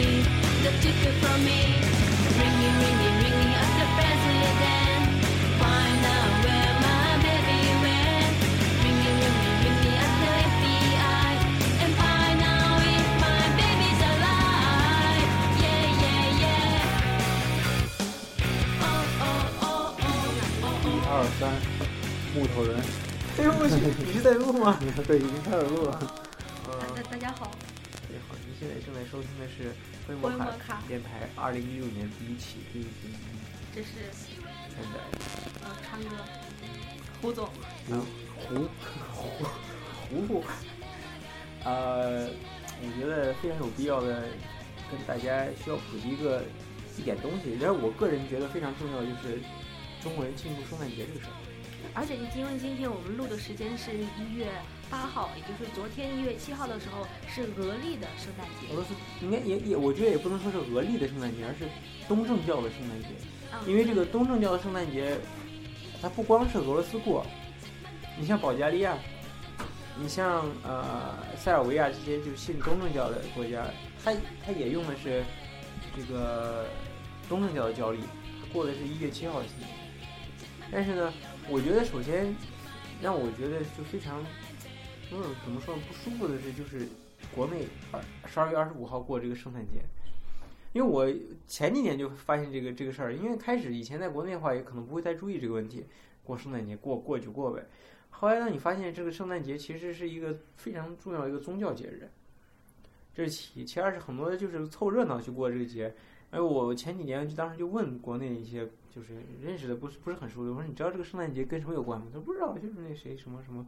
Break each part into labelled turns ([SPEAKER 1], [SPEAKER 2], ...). [SPEAKER 1] the ticket from me. Ringy, ringy, ringing up the president. Find out where my baby went. Ringy, ringy, ringing up the FBI. And find out if my baby's alive. Yeah, yeah, yeah. Oh, oh, oh, oh, oh,
[SPEAKER 2] 一
[SPEAKER 1] oh.
[SPEAKER 2] 二三，木头人，
[SPEAKER 3] 这个不行，你是在录吗？
[SPEAKER 2] 对，已经开始录了。
[SPEAKER 3] 嗯，
[SPEAKER 1] 大家好，
[SPEAKER 3] 你好，您现在正在收听的是灰摩
[SPEAKER 1] 灰摩卡
[SPEAKER 3] 卡电台二零一六年第一期，第一期，
[SPEAKER 1] 这是
[SPEAKER 3] 现在，
[SPEAKER 1] 呃唱歌，胡总，
[SPEAKER 3] 嗯，
[SPEAKER 2] 胡
[SPEAKER 3] 胡胡，呃，我觉得非常有必要的跟大家需要普及一个一点东西，然后我个人觉得非常重要的就是中国人庆祝圣诞节这个事儿，
[SPEAKER 4] 而且因为今天我们录的时间是一月八号，也就是昨天一月七号的时候是俄历的圣诞节
[SPEAKER 3] 俄。罗斯应该也也，我觉得也不能说是俄历的圣诞节，而是东正教的圣诞节。
[SPEAKER 4] 嗯
[SPEAKER 3] 因为这个东正教的圣诞节，它不光是俄罗斯过，你像保加利亚，你像呃塞尔维亚这些就信东正教的国家，它它也用的是这个东正教的教历，过的是一月七号的新年。但是呢，我觉得首先让我觉得就非常，嗯，怎么说呢不舒服的是，就是国内二十二月二十五号过这个圣诞节，因为我前几年就发现这个这个事儿，因为开始以前在国内的话，也可能不会再注意这个问题，过圣诞节过过就过呗。后来呢，你发现这个圣诞节其实是一个非常重要的一个宗教节日，这是其一其二是很多就是凑热闹去过这个节。哎，我前几年就当时就问国内一些就是认识的不是不是很熟的，我说你知道这个圣诞节跟什么有关吗？他说不知道，就是那谁什么什么，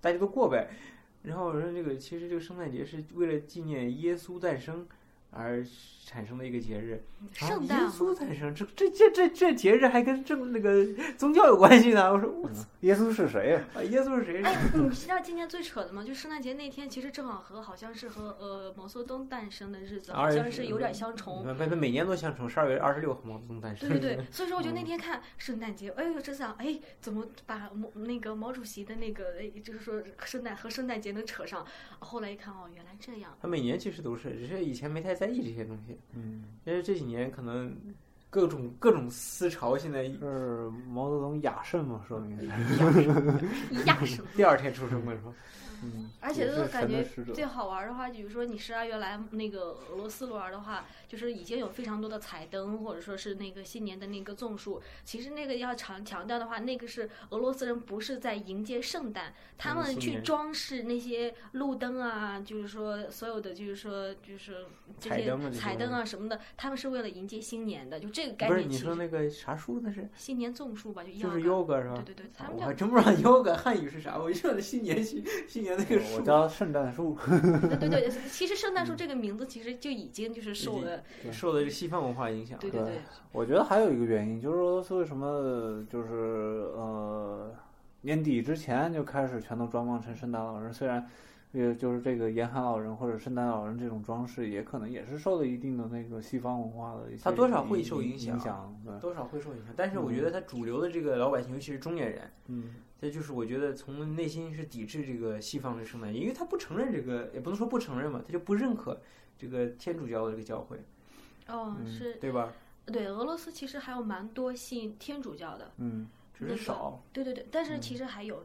[SPEAKER 3] 大家都过呗。然后我说这个其实这个圣诞节是为了纪念耶稣诞生而产生的一个节日。啊
[SPEAKER 4] 嗯圣诞
[SPEAKER 3] 耶稣诞生，这这这这这节日还跟正那个宗教有关系呢？我说我操，
[SPEAKER 2] 耶稣是谁呀？
[SPEAKER 3] 啊耶稣是谁？
[SPEAKER 4] 嗯哎，你知道今年最扯的吗？就圣诞节那天，其实正好和好像是和呃毛泽东诞生的日子，好
[SPEAKER 3] 二月
[SPEAKER 4] 像
[SPEAKER 3] 十
[SPEAKER 4] 是有点相重。
[SPEAKER 3] 每每每年都相冲，十二月二十六号毛泽东诞生。
[SPEAKER 4] 对对 对，所以说我觉得那天看圣诞节，哎呦，真想哎，怎么把毛那个毛主席的那个，哎就是说圣诞和圣诞节能扯上？后来一看哦，原来这样。
[SPEAKER 3] 他每年其实都是，只是以前没太在意这些东西，
[SPEAKER 2] 嗯，
[SPEAKER 3] 但是这几年可能各种各种思潮，现在一
[SPEAKER 4] 嗯
[SPEAKER 2] 是毛泽东雅肾嘛，说明是。
[SPEAKER 4] 呀什么？
[SPEAKER 3] 第二天出生的时候，
[SPEAKER 2] 嗯，
[SPEAKER 4] 而且
[SPEAKER 2] 也
[SPEAKER 4] 就是是感
[SPEAKER 2] 神的
[SPEAKER 4] 觉
[SPEAKER 2] 使者
[SPEAKER 4] 最好玩儿的话，比如说你十二月来那个俄罗斯玩儿的话，就是已经有非常多的彩灯，或者说是那个新年的那个粽数。其实那个要强强调的话，那个是俄罗斯人不是在迎接圣诞，他
[SPEAKER 3] 嗯
[SPEAKER 4] 们
[SPEAKER 3] 新
[SPEAKER 4] 去
[SPEAKER 3] 年
[SPEAKER 4] 装饰那些路灯啊，就是说所有的就是说就是这
[SPEAKER 3] 彩灯嘛
[SPEAKER 4] 些
[SPEAKER 3] 这些
[SPEAKER 4] 彩灯啊什么的，他们是为了迎接新年的，就这个概
[SPEAKER 3] 不是
[SPEAKER 4] 念
[SPEAKER 3] 你
[SPEAKER 4] 其
[SPEAKER 3] 说
[SPEAKER 4] 实
[SPEAKER 3] 那个啥书那是，
[SPEAKER 4] 新年粽数吧，就
[SPEAKER 3] 就是
[SPEAKER 4] yoga
[SPEAKER 3] yoga 是吧
[SPEAKER 4] 对？对对，他
[SPEAKER 3] 啊
[SPEAKER 4] 们
[SPEAKER 3] 我
[SPEAKER 4] 叫
[SPEAKER 3] 还真不知道 yoga 汉语是啥，我就知道新年新新年那个
[SPEAKER 2] 我
[SPEAKER 3] 书。
[SPEAKER 2] 叫圣诞树。
[SPEAKER 4] 对对 对，其实圣诞树
[SPEAKER 3] 嗯
[SPEAKER 4] 这个名字其实就已经就是受了，
[SPEAKER 3] 受的这个西方文化影响，
[SPEAKER 4] 对
[SPEAKER 2] 对
[SPEAKER 4] 对，
[SPEAKER 2] 我觉得还有一个原因就是俄罗斯为什么就是呃年底之前就开始全都装扮成圣诞老人，虽然。也就是这个严寒老人或者圣诞老人这种装饰，也可能也是受了一定的那个西方文化的一些
[SPEAKER 3] 它多少会受
[SPEAKER 2] 影
[SPEAKER 3] 影响啊
[SPEAKER 2] 响，对，
[SPEAKER 3] 多少会受影响。但是我觉得它主流的这个老百姓，尤其是中年人，
[SPEAKER 2] 嗯，
[SPEAKER 3] 这就是我觉得从内心是抵制这个西方的圣诞节，因为他不承认这个，也不能说不承认吧，他就不认可这个天主教的这个教会，
[SPEAKER 4] 哦，
[SPEAKER 2] 嗯
[SPEAKER 4] 是
[SPEAKER 3] 对吧？
[SPEAKER 4] 对俄罗斯其实还有蛮多信天主教的，
[SPEAKER 2] 嗯，
[SPEAKER 3] 只是少
[SPEAKER 4] 对对对，但是
[SPEAKER 2] 嗯
[SPEAKER 4] 其实还有，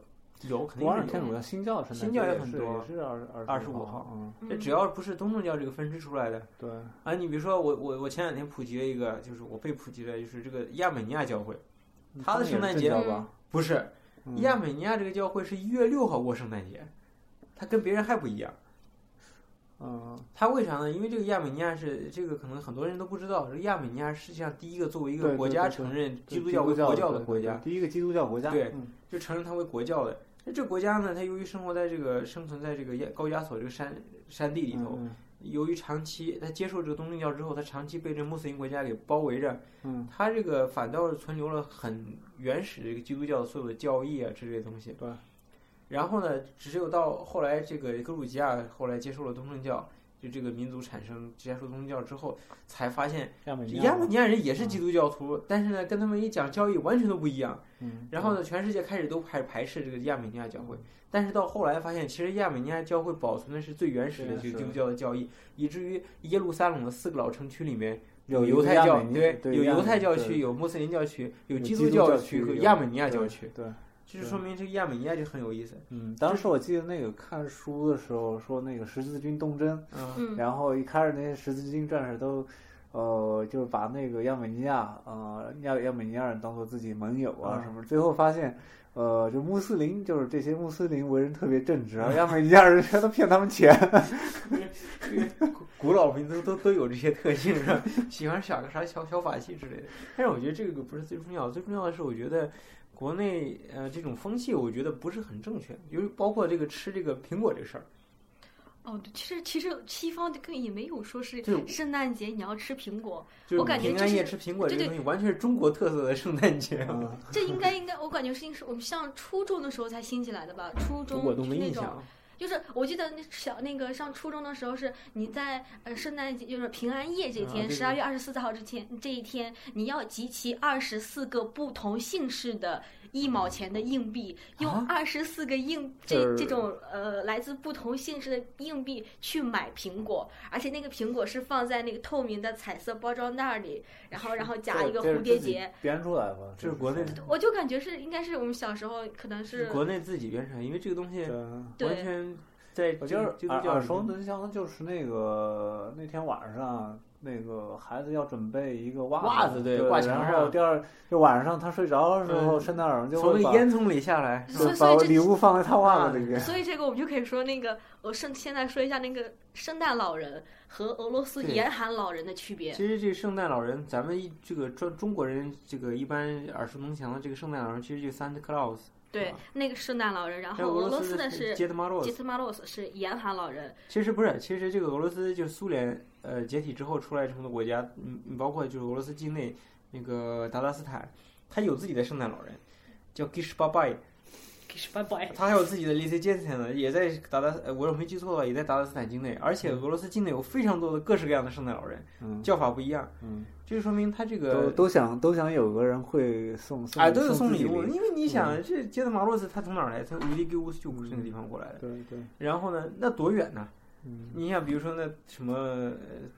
[SPEAKER 3] 有肯
[SPEAKER 2] 不光是
[SPEAKER 3] 定是
[SPEAKER 2] 天
[SPEAKER 3] 有。
[SPEAKER 2] 主教，新教圣诞
[SPEAKER 3] 新教
[SPEAKER 2] 节
[SPEAKER 3] 也
[SPEAKER 2] 也
[SPEAKER 3] 很
[SPEAKER 2] 是
[SPEAKER 3] 多
[SPEAKER 2] 也是二二
[SPEAKER 3] 25
[SPEAKER 2] 号
[SPEAKER 3] 号，
[SPEAKER 2] 嗯，
[SPEAKER 4] 嗯
[SPEAKER 3] 这只要不是东正教这个分支出来的
[SPEAKER 2] 对，
[SPEAKER 3] 啊，你比如说我我我前两天普及了一个，就是我被普及了，就是这个亚美尼亚教会，他的圣诞节
[SPEAKER 2] 知道吧？
[SPEAKER 3] 不是
[SPEAKER 2] 嗯
[SPEAKER 3] 亚美尼亚这个教会是一月六号过圣诞节，它跟别人还不一样。
[SPEAKER 2] 嗯，
[SPEAKER 3] 它为啥呢？因为这个亚美尼亚是这个，可能很多人都不知道，这个亚美尼亚是世界上第一个作为一
[SPEAKER 2] 对
[SPEAKER 3] 个
[SPEAKER 2] 对
[SPEAKER 3] 国家
[SPEAKER 2] 对对
[SPEAKER 3] 承认
[SPEAKER 2] 对
[SPEAKER 3] 基督教为国教的
[SPEAKER 2] 对
[SPEAKER 3] 国
[SPEAKER 2] 对
[SPEAKER 3] 家，
[SPEAKER 2] 对第一个基督教国家，
[SPEAKER 3] 对
[SPEAKER 2] 嗯，
[SPEAKER 3] 就承认它为国教的。那这个国家呢，它由于生活在这个生存在这个亚高加索这个山山地里头，
[SPEAKER 2] 嗯，
[SPEAKER 3] 由于长期它接受这个东正教之后，它长期被这穆斯林国家给包围着，
[SPEAKER 2] 嗯，
[SPEAKER 3] 它这个反倒是存留了很原始的这个基督教的所有的教义啊之类的东西。
[SPEAKER 2] 对。
[SPEAKER 3] 然后呢，只有到后来这个格鲁吉亚后来接受了东正教，就这个民族产生接触宗教之后，才发现
[SPEAKER 2] 亚美尼亚
[SPEAKER 3] 嗯亚美
[SPEAKER 2] 嘛，
[SPEAKER 3] 尼亚人也是基督教徒，但是呢，跟他们一讲教义完全都不一样。
[SPEAKER 2] 嗯，
[SPEAKER 3] 然后呢，全世界开始都开始排斥这个亚美尼亚教会，但是到后来发现，其实亚美尼亚教会保存的是最原始的
[SPEAKER 2] 对啊
[SPEAKER 3] 这个基
[SPEAKER 2] 是
[SPEAKER 3] 督教的教义，以至于耶路撒冷的四个老城区里面
[SPEAKER 2] 有
[SPEAKER 3] 犹
[SPEAKER 2] 一个
[SPEAKER 3] 太
[SPEAKER 2] 亚
[SPEAKER 3] 教
[SPEAKER 2] 美，尼
[SPEAKER 3] 对，
[SPEAKER 2] 对
[SPEAKER 3] 有
[SPEAKER 2] 亚
[SPEAKER 3] 犹
[SPEAKER 2] 美
[SPEAKER 3] 太教
[SPEAKER 2] 对
[SPEAKER 3] 区，有穆斯林教区，有
[SPEAKER 2] 有
[SPEAKER 3] 基
[SPEAKER 2] 基
[SPEAKER 3] 督
[SPEAKER 2] 督
[SPEAKER 3] 教
[SPEAKER 2] 教
[SPEAKER 3] 区
[SPEAKER 2] 区
[SPEAKER 3] 和
[SPEAKER 2] 有
[SPEAKER 3] 亚美尼亚
[SPEAKER 2] 对
[SPEAKER 3] 教区，
[SPEAKER 2] 对，
[SPEAKER 3] 这就说明这个亚美尼亚就很有意思。
[SPEAKER 2] 嗯，当时我记得那个看书的时候说那个十字军东征，
[SPEAKER 3] 嗯，
[SPEAKER 4] 嗯，
[SPEAKER 2] 然后一开始那些十字军战士都，呃，就是把那个亚美尼亚，呃，亚亚美尼亚人当做自己盟友啊
[SPEAKER 3] 嗯
[SPEAKER 2] 什么，最后发现，呃，就穆斯林就是这些穆斯林为人特别正直，而亚美尼亚人全都骗他们钱，
[SPEAKER 3] 古 古老民族都都有这些特性，是吧？喜欢耍个啥小小法器之类的。但是我觉得这个不是最重要的，最重要的是我觉得国内呃这种风气，我觉得不是很正确，就是包括这个吃这个苹果这事儿。
[SPEAKER 4] 哦，对，其实其实西方更也没有说是
[SPEAKER 3] 就
[SPEAKER 4] 圣诞节你要吃苹果，
[SPEAKER 3] 就
[SPEAKER 4] 我感觉
[SPEAKER 3] 平
[SPEAKER 4] 这
[SPEAKER 3] 安
[SPEAKER 4] 是
[SPEAKER 3] 夜吃苹果这
[SPEAKER 4] 对
[SPEAKER 3] 个
[SPEAKER 4] 对
[SPEAKER 3] 东西，完全是中国特色的圣诞节。啊
[SPEAKER 2] 嗯，
[SPEAKER 4] 这应该应该，我感觉是应是我们上初中的时候才兴起来的吧？初中
[SPEAKER 3] 我都没
[SPEAKER 4] 那
[SPEAKER 3] 印
[SPEAKER 4] 种
[SPEAKER 3] 象，啊
[SPEAKER 4] 就是我记得那小那个上初中的时候，是你在呃圣诞节，就是平安夜这
[SPEAKER 3] 啊
[SPEAKER 4] 天，
[SPEAKER 3] 对
[SPEAKER 4] 十二、月二十四号之前这一天，你要集齐二十四个不同姓氏的一毛钱的硬币，用二十四个硬
[SPEAKER 3] 啊就是
[SPEAKER 4] 这这种呃来自不同姓氏的硬币去买苹果，而且那个苹果是放在那个透明的彩色包装袋里，然后然后夹一个
[SPEAKER 2] 这是
[SPEAKER 4] 蝴蝶
[SPEAKER 2] 自己
[SPEAKER 4] 结。
[SPEAKER 2] 编出来吧，
[SPEAKER 3] 这是国内
[SPEAKER 2] 的，
[SPEAKER 4] 我就感觉是，应该是我们小时候可能是
[SPEAKER 3] 国内自己编程，因为这个东西
[SPEAKER 2] 对
[SPEAKER 3] 完
[SPEAKER 4] 对
[SPEAKER 3] 全在
[SPEAKER 2] 我
[SPEAKER 3] 基
[SPEAKER 2] 就
[SPEAKER 3] 督
[SPEAKER 2] 是
[SPEAKER 3] 基督
[SPEAKER 2] 耳
[SPEAKER 3] 教
[SPEAKER 2] 耳
[SPEAKER 3] 里
[SPEAKER 2] 熟
[SPEAKER 3] 面
[SPEAKER 2] 能详，就是那个那天晚上，那个孩子要准备一个袜
[SPEAKER 3] 袜子
[SPEAKER 2] 子
[SPEAKER 3] 对
[SPEAKER 2] 对，
[SPEAKER 3] 挂墙
[SPEAKER 2] 然后
[SPEAKER 3] 上
[SPEAKER 2] 第二就晚上他睡着的时候，
[SPEAKER 3] 嗯
[SPEAKER 2] 圣诞老人就
[SPEAKER 3] 从
[SPEAKER 2] 会
[SPEAKER 3] 那
[SPEAKER 2] 把
[SPEAKER 3] 烟囱里下 来，
[SPEAKER 4] 所以
[SPEAKER 2] 对
[SPEAKER 4] 所以
[SPEAKER 2] 把
[SPEAKER 4] 这
[SPEAKER 2] 礼物放在他袜子 里边。
[SPEAKER 4] 所以这个我们就可以说，那个我圣现在说一下那个圣诞老人和俄罗斯
[SPEAKER 3] 对
[SPEAKER 4] 严寒老人的区别。
[SPEAKER 3] 其实这个圣诞老人，咱们一这个中中国人这个一般耳熟能详的这个圣诞老人，其实就 Santa Claus。
[SPEAKER 4] 对
[SPEAKER 3] 啊，
[SPEAKER 4] 那个圣诞老人，然
[SPEAKER 3] 这
[SPEAKER 4] 后
[SPEAKER 3] 俄
[SPEAKER 4] 俄
[SPEAKER 3] 罗
[SPEAKER 4] 罗斯的是
[SPEAKER 3] 是 j e t m a r o
[SPEAKER 4] 吉
[SPEAKER 3] s
[SPEAKER 4] 斯马洛斯是严寒老人。
[SPEAKER 3] 其实不是，其实这个俄罗斯就是苏联呃解体之后出来这么多国家，嗯，包括就是俄罗斯境内那个达达斯坦，他有自己的圣诞老人，叫 Gish Babai，
[SPEAKER 4] 拜拜。
[SPEAKER 3] 他还有自己的 Lizzy Jensen 呢，也在达达，呃我要没记错的话，也在达达斯坦境内，而且俄罗斯境内有非常多的各式各样的圣诞老人，
[SPEAKER 2] 嗯
[SPEAKER 3] 叫法不一样，
[SPEAKER 2] 嗯，
[SPEAKER 3] 这就说明他这
[SPEAKER 2] 都
[SPEAKER 3] 个。
[SPEAKER 2] 都想都想有个人会送送
[SPEAKER 3] 哎，都有
[SPEAKER 2] 送
[SPEAKER 3] 送
[SPEAKER 2] 自己
[SPEAKER 3] 礼物，因为你想，
[SPEAKER 2] 嗯
[SPEAKER 3] 这杰德马洛斯他从哪儿来？他乌里给乌斯就不是那个地方过来的。
[SPEAKER 2] 对对，
[SPEAKER 3] 然后呢，那多远呢？
[SPEAKER 2] 嗯，
[SPEAKER 3] 你想，比如说那什么呃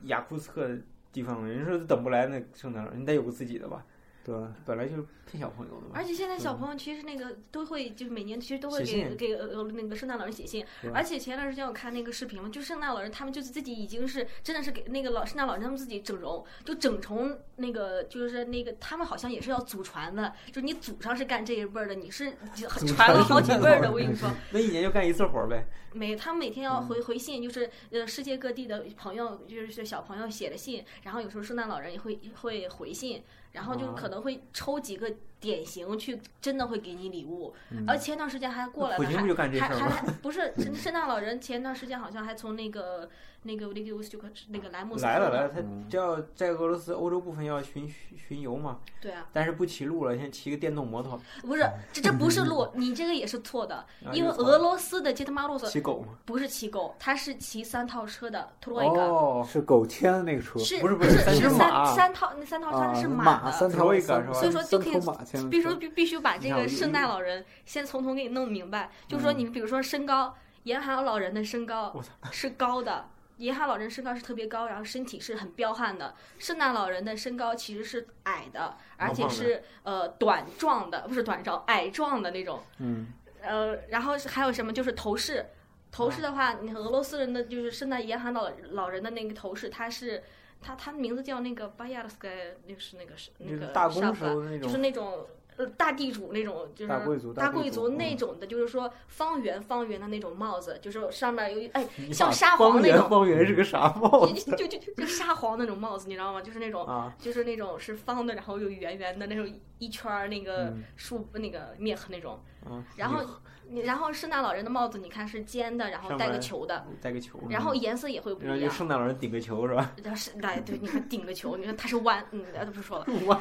[SPEAKER 3] 雅库茨克地方，人说等不来那圣诞老人，你得有个自己的吧？
[SPEAKER 2] 对，
[SPEAKER 3] 本来就是骗小朋友的嘛。
[SPEAKER 4] 而且现在小朋友其实那个都会，就是每年其实都会
[SPEAKER 3] 写
[SPEAKER 4] 给
[SPEAKER 3] 信
[SPEAKER 4] 给呃呃那个圣诞老人写信
[SPEAKER 2] 对。
[SPEAKER 4] 而且前段时间我看那个视频嘛，就圣诞老人他们就是自己已经是真的是给那个老圣诞老人他们自己整容，就整容那个就是那个他们好像也是要祖传的，就是你祖上是干这一辈儿的，你是
[SPEAKER 3] 祖传
[SPEAKER 4] 传了好几辈儿的。我跟你说，
[SPEAKER 3] 那一年就干一次活儿呗。
[SPEAKER 4] 每他们每天要回
[SPEAKER 3] 嗯
[SPEAKER 4] 回信，就是呃世界各地的朋友，就是小朋友写的信，然后有时候圣诞老人也会会回信，然后就
[SPEAKER 3] 啊
[SPEAKER 4] 可能会抽几个典型去，真的会给你礼物。
[SPEAKER 2] 嗯
[SPEAKER 4] 而前段时间还过来
[SPEAKER 3] 普
[SPEAKER 4] 了，
[SPEAKER 3] 京不就干这
[SPEAKER 4] 还
[SPEAKER 3] 事儿
[SPEAKER 4] 还
[SPEAKER 3] 吗？
[SPEAKER 4] 还不 是圣圣诞老人前段时间好像还从那个那个 Lady w s t 那个莱姆斯
[SPEAKER 3] 来了来了，
[SPEAKER 4] 了，
[SPEAKER 3] 他
[SPEAKER 2] 嗯
[SPEAKER 3] 就要在俄罗斯欧洲部分要巡巡巡游嘛，
[SPEAKER 4] 对啊，
[SPEAKER 3] 但是不骑路了，现在骑个电动摩托，
[SPEAKER 4] 不是这这不是 路，你这个也是错的，
[SPEAKER 3] 然后
[SPEAKER 4] 因为
[SPEAKER 3] 就
[SPEAKER 4] 俄罗斯的杰特马洛斯
[SPEAKER 3] 骑狗嘛。
[SPEAKER 4] 不是骑狗，他是骑三套车的 t r o y k a
[SPEAKER 3] 哦，
[SPEAKER 2] 是狗牵的那个车
[SPEAKER 4] 是
[SPEAKER 3] 不是
[SPEAKER 4] 不
[SPEAKER 3] 不是三
[SPEAKER 4] 是
[SPEAKER 3] 只马
[SPEAKER 4] 三三套那三套穿
[SPEAKER 2] 啊，
[SPEAKER 4] 的是
[SPEAKER 2] 马
[SPEAKER 4] 的，
[SPEAKER 2] 三
[SPEAKER 3] 头
[SPEAKER 2] 头
[SPEAKER 3] 一杆是吧
[SPEAKER 4] 所以说就
[SPEAKER 2] 三
[SPEAKER 4] 可以
[SPEAKER 2] 头马牵的车，
[SPEAKER 4] 必须必必须把
[SPEAKER 3] 你
[SPEAKER 4] 这
[SPEAKER 3] 想
[SPEAKER 4] 个圣
[SPEAKER 3] 一
[SPEAKER 4] 诞老人先从头给你弄明白，就说你比如说身高，严寒老人的身高
[SPEAKER 3] 我
[SPEAKER 4] 是高的。严寒老人身高是特别高，然后身体是很彪悍的。圣诞老人的身高其实是矮的，而且
[SPEAKER 3] 胖的
[SPEAKER 4] 是呃短壮的，不是短壮，矮壮的那种。
[SPEAKER 2] 嗯，
[SPEAKER 4] 呃，然后是还有什么就是头饰，头
[SPEAKER 3] 嗯
[SPEAKER 4] 饰的话，你俄罗斯人的就是圣诞严寒老老人的那个头饰，它是它它的名字叫那个巴亚尔斯克，那个是那个是那
[SPEAKER 3] 就是
[SPEAKER 4] 个
[SPEAKER 3] 大公
[SPEAKER 4] 啥
[SPEAKER 3] 时
[SPEAKER 4] 吧
[SPEAKER 3] 候那
[SPEAKER 4] 就是
[SPEAKER 3] 种
[SPEAKER 4] 那种呃大地主那种，就是
[SPEAKER 2] 大贵族
[SPEAKER 4] 大
[SPEAKER 2] 贵
[SPEAKER 4] 贵族那
[SPEAKER 2] 嗯
[SPEAKER 4] 种的，就是说方圆方圆的那种帽子，就是上面有一哎
[SPEAKER 3] 你
[SPEAKER 4] 像
[SPEAKER 3] 把
[SPEAKER 4] 沙
[SPEAKER 3] 方
[SPEAKER 4] 皇那
[SPEAKER 3] 圆
[SPEAKER 4] 种
[SPEAKER 3] 方圆是
[SPEAKER 2] 嗯
[SPEAKER 3] 个啥帽
[SPEAKER 4] 就
[SPEAKER 3] 子
[SPEAKER 4] 就就就就沙皇那种帽子，你知道吗？就是那种。
[SPEAKER 3] 啊？
[SPEAKER 4] 就是那种是方的，然后又圆圆的那种一圈儿那个
[SPEAKER 2] 嗯
[SPEAKER 4] 树、那个面那种，
[SPEAKER 3] 嗯
[SPEAKER 4] 然后你然后圣诞老人的帽子你看是尖的，然后
[SPEAKER 3] 上
[SPEAKER 4] 带
[SPEAKER 3] 面
[SPEAKER 4] 个球的，
[SPEAKER 3] 带个球，
[SPEAKER 4] 然后颜色也会不
[SPEAKER 3] 然后
[SPEAKER 4] 一
[SPEAKER 3] 就
[SPEAKER 4] 样。
[SPEAKER 3] 圣诞老人顶个球是吧？
[SPEAKER 4] 然后是哎对，你看顶个球，你看它是弯，嗯，哎不是说了，
[SPEAKER 3] 我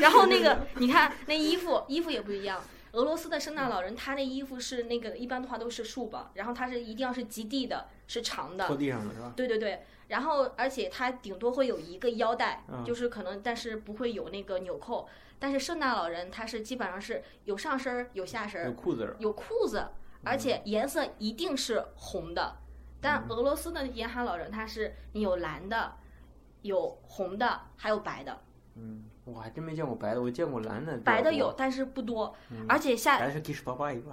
[SPEAKER 4] 然后那个，你看那衣服，衣服也不一样。俄俄罗斯的圣诞老人他那衣服是那个一般的话都是束绑，然后它是一定要是及地的，是长的
[SPEAKER 3] 拖，地上了是吧？
[SPEAKER 4] 对对对，然后而且它顶多会有一个腰带，
[SPEAKER 3] 嗯
[SPEAKER 4] 就是可能但是不会有那个纽扣。但是圣诞老人他是基本上是有上身儿有下身
[SPEAKER 3] 有
[SPEAKER 4] 儿，
[SPEAKER 3] 裤子嗯了，
[SPEAKER 4] 有裤子，而且颜色一定是红的。但
[SPEAKER 3] 嗯
[SPEAKER 4] 俄罗斯的严寒老人他是你有蓝的，有红的，还有白的，
[SPEAKER 2] 嗯，，
[SPEAKER 3] 我还真没见过白的，我见过蓝的。
[SPEAKER 4] 白的有，，但是不多，
[SPEAKER 3] 嗯
[SPEAKER 4] 而且下
[SPEAKER 3] 白的是 Kiss 爸爸一个。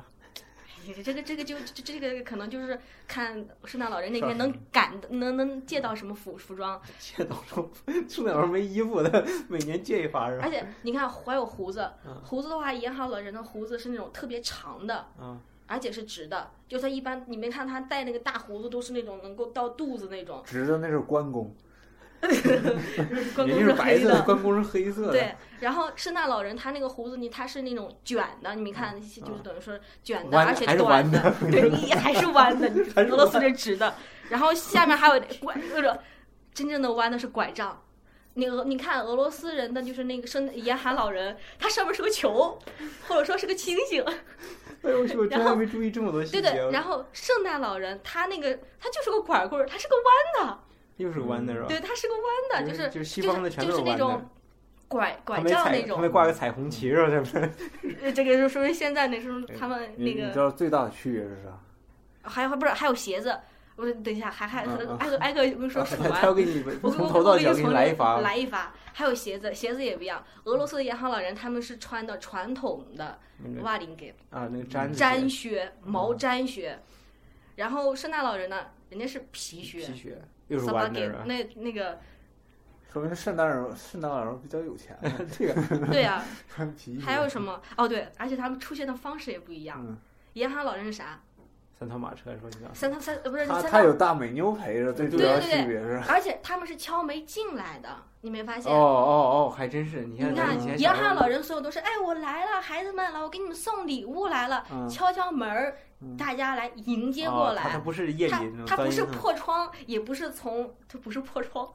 [SPEAKER 4] 这个这个就这这个可能就是看圣诞老人那
[SPEAKER 3] 是
[SPEAKER 4] 边能赶能能借到什么服服装，
[SPEAKER 3] 借到处，出两身没衣服的，每年借一发是吧？
[SPEAKER 4] 而且你看还有胡子
[SPEAKER 3] 嗯，
[SPEAKER 4] 胡子的话，银行老人的胡子是那种特别长的，
[SPEAKER 3] 啊，
[SPEAKER 4] 而且是直的，就他一般你没看他戴那个大胡子都是那种能够到肚子那种
[SPEAKER 2] 直的那是关公，
[SPEAKER 4] 关
[SPEAKER 3] 人
[SPEAKER 4] 公
[SPEAKER 3] 家是白
[SPEAKER 4] 黑
[SPEAKER 3] 色的，
[SPEAKER 4] 的。
[SPEAKER 3] 关公是黑色的。
[SPEAKER 4] 对，然后圣诞老人他那个胡子呢，他是那种卷的，你没看，就是等于说卷的，
[SPEAKER 3] 弯的
[SPEAKER 4] 而且
[SPEAKER 3] 还是
[SPEAKER 4] 短
[SPEAKER 3] 弯
[SPEAKER 4] 的，对你还是弯的，你俄罗斯人直的。然后下面还有那拐那种真正的弯的是拐杖。你俄你看俄罗斯人的就是那个圣严寒老人，他上面是个球，或者说是个星星，
[SPEAKER 3] 哎呦我去，我从来没注意这么多细
[SPEAKER 4] 对
[SPEAKER 3] 节。
[SPEAKER 4] 对，然后圣诞老人他那个他就是个拐棍儿，他是个弯的，
[SPEAKER 3] 又是个弯的是吧？
[SPEAKER 4] 对，他是个弯嗯的，
[SPEAKER 3] 就
[SPEAKER 4] 就是是
[SPEAKER 3] 就是西
[SPEAKER 4] 就
[SPEAKER 3] 方的
[SPEAKER 4] 是
[SPEAKER 3] 全
[SPEAKER 4] 就
[SPEAKER 3] 都
[SPEAKER 4] 是
[SPEAKER 3] 是
[SPEAKER 4] 那
[SPEAKER 3] 弯的
[SPEAKER 4] 种拐
[SPEAKER 3] 嗯他
[SPEAKER 4] 拐
[SPEAKER 3] 没
[SPEAKER 4] 杖
[SPEAKER 3] 彩，
[SPEAKER 4] 那
[SPEAKER 3] 他没
[SPEAKER 4] 种。
[SPEAKER 3] 挂个彩虹旗是啊吧？这边
[SPEAKER 4] 呃这个就说明现在那时候他们
[SPEAKER 2] 你
[SPEAKER 4] 那
[SPEAKER 2] 你知
[SPEAKER 4] 个
[SPEAKER 2] 道最大的区别是啥？
[SPEAKER 4] 还有不是还有鞋子，我说等一下还还
[SPEAKER 2] 嗯嗯
[SPEAKER 4] 挨个挨个我跟你说数
[SPEAKER 3] 他他要
[SPEAKER 4] 完。
[SPEAKER 3] 给你
[SPEAKER 4] 我
[SPEAKER 3] 啊从头到脚给你来一发，
[SPEAKER 4] 来一发。还有鞋子，鞋子也不一样。俄罗斯的银行老人他们是穿的传统的
[SPEAKER 3] 嗯
[SPEAKER 4] 瓦林给
[SPEAKER 3] 啊，那个毡子
[SPEAKER 4] 毡靴、毛毡靴，然后圣诞老人呢，人家是皮靴
[SPEAKER 3] 皮，靴又是
[SPEAKER 4] 萨巴
[SPEAKER 3] 弯的
[SPEAKER 4] 给
[SPEAKER 3] 是吧？
[SPEAKER 4] 那那个
[SPEAKER 2] 说明圣诞老圣诞老人比较有 钱，
[SPEAKER 3] 这个
[SPEAKER 4] 对 啊，
[SPEAKER 2] 穿皮衣。
[SPEAKER 4] 还有什么？哦，对，而且他们出现的方式也不一样。
[SPEAKER 2] 嗯，
[SPEAKER 4] 银行老人是啥？
[SPEAKER 3] 三套马车说你看，
[SPEAKER 4] 三他三呃不是
[SPEAKER 2] 他
[SPEAKER 4] 三
[SPEAKER 2] 他有
[SPEAKER 4] 趟，
[SPEAKER 2] 大美妞陪着，最主
[SPEAKER 4] 对
[SPEAKER 2] 要
[SPEAKER 4] 对
[SPEAKER 2] 区
[SPEAKER 4] 对
[SPEAKER 2] 别是，
[SPEAKER 4] 而且他们是敲门进来的，你没发现？
[SPEAKER 3] 哦哦哦，还真是，你看
[SPEAKER 4] 你
[SPEAKER 3] 咱
[SPEAKER 4] 看
[SPEAKER 3] 以，前
[SPEAKER 4] 银
[SPEAKER 3] 小时候
[SPEAKER 4] 行老人所有都是，哎，我来了，孩子们了，我给你们送礼物来了，
[SPEAKER 2] 嗯，
[SPEAKER 4] 敲敲门儿
[SPEAKER 2] 嗯，
[SPEAKER 4] 大家来迎接过
[SPEAKER 3] 哦他他
[SPEAKER 4] 来。
[SPEAKER 3] 不是夜里
[SPEAKER 4] 他
[SPEAKER 3] 那种
[SPEAKER 4] 他
[SPEAKER 3] 噪
[SPEAKER 4] 不
[SPEAKER 3] 音
[SPEAKER 4] 是
[SPEAKER 3] 哈
[SPEAKER 4] 破窗，也不是从，他不是破窗，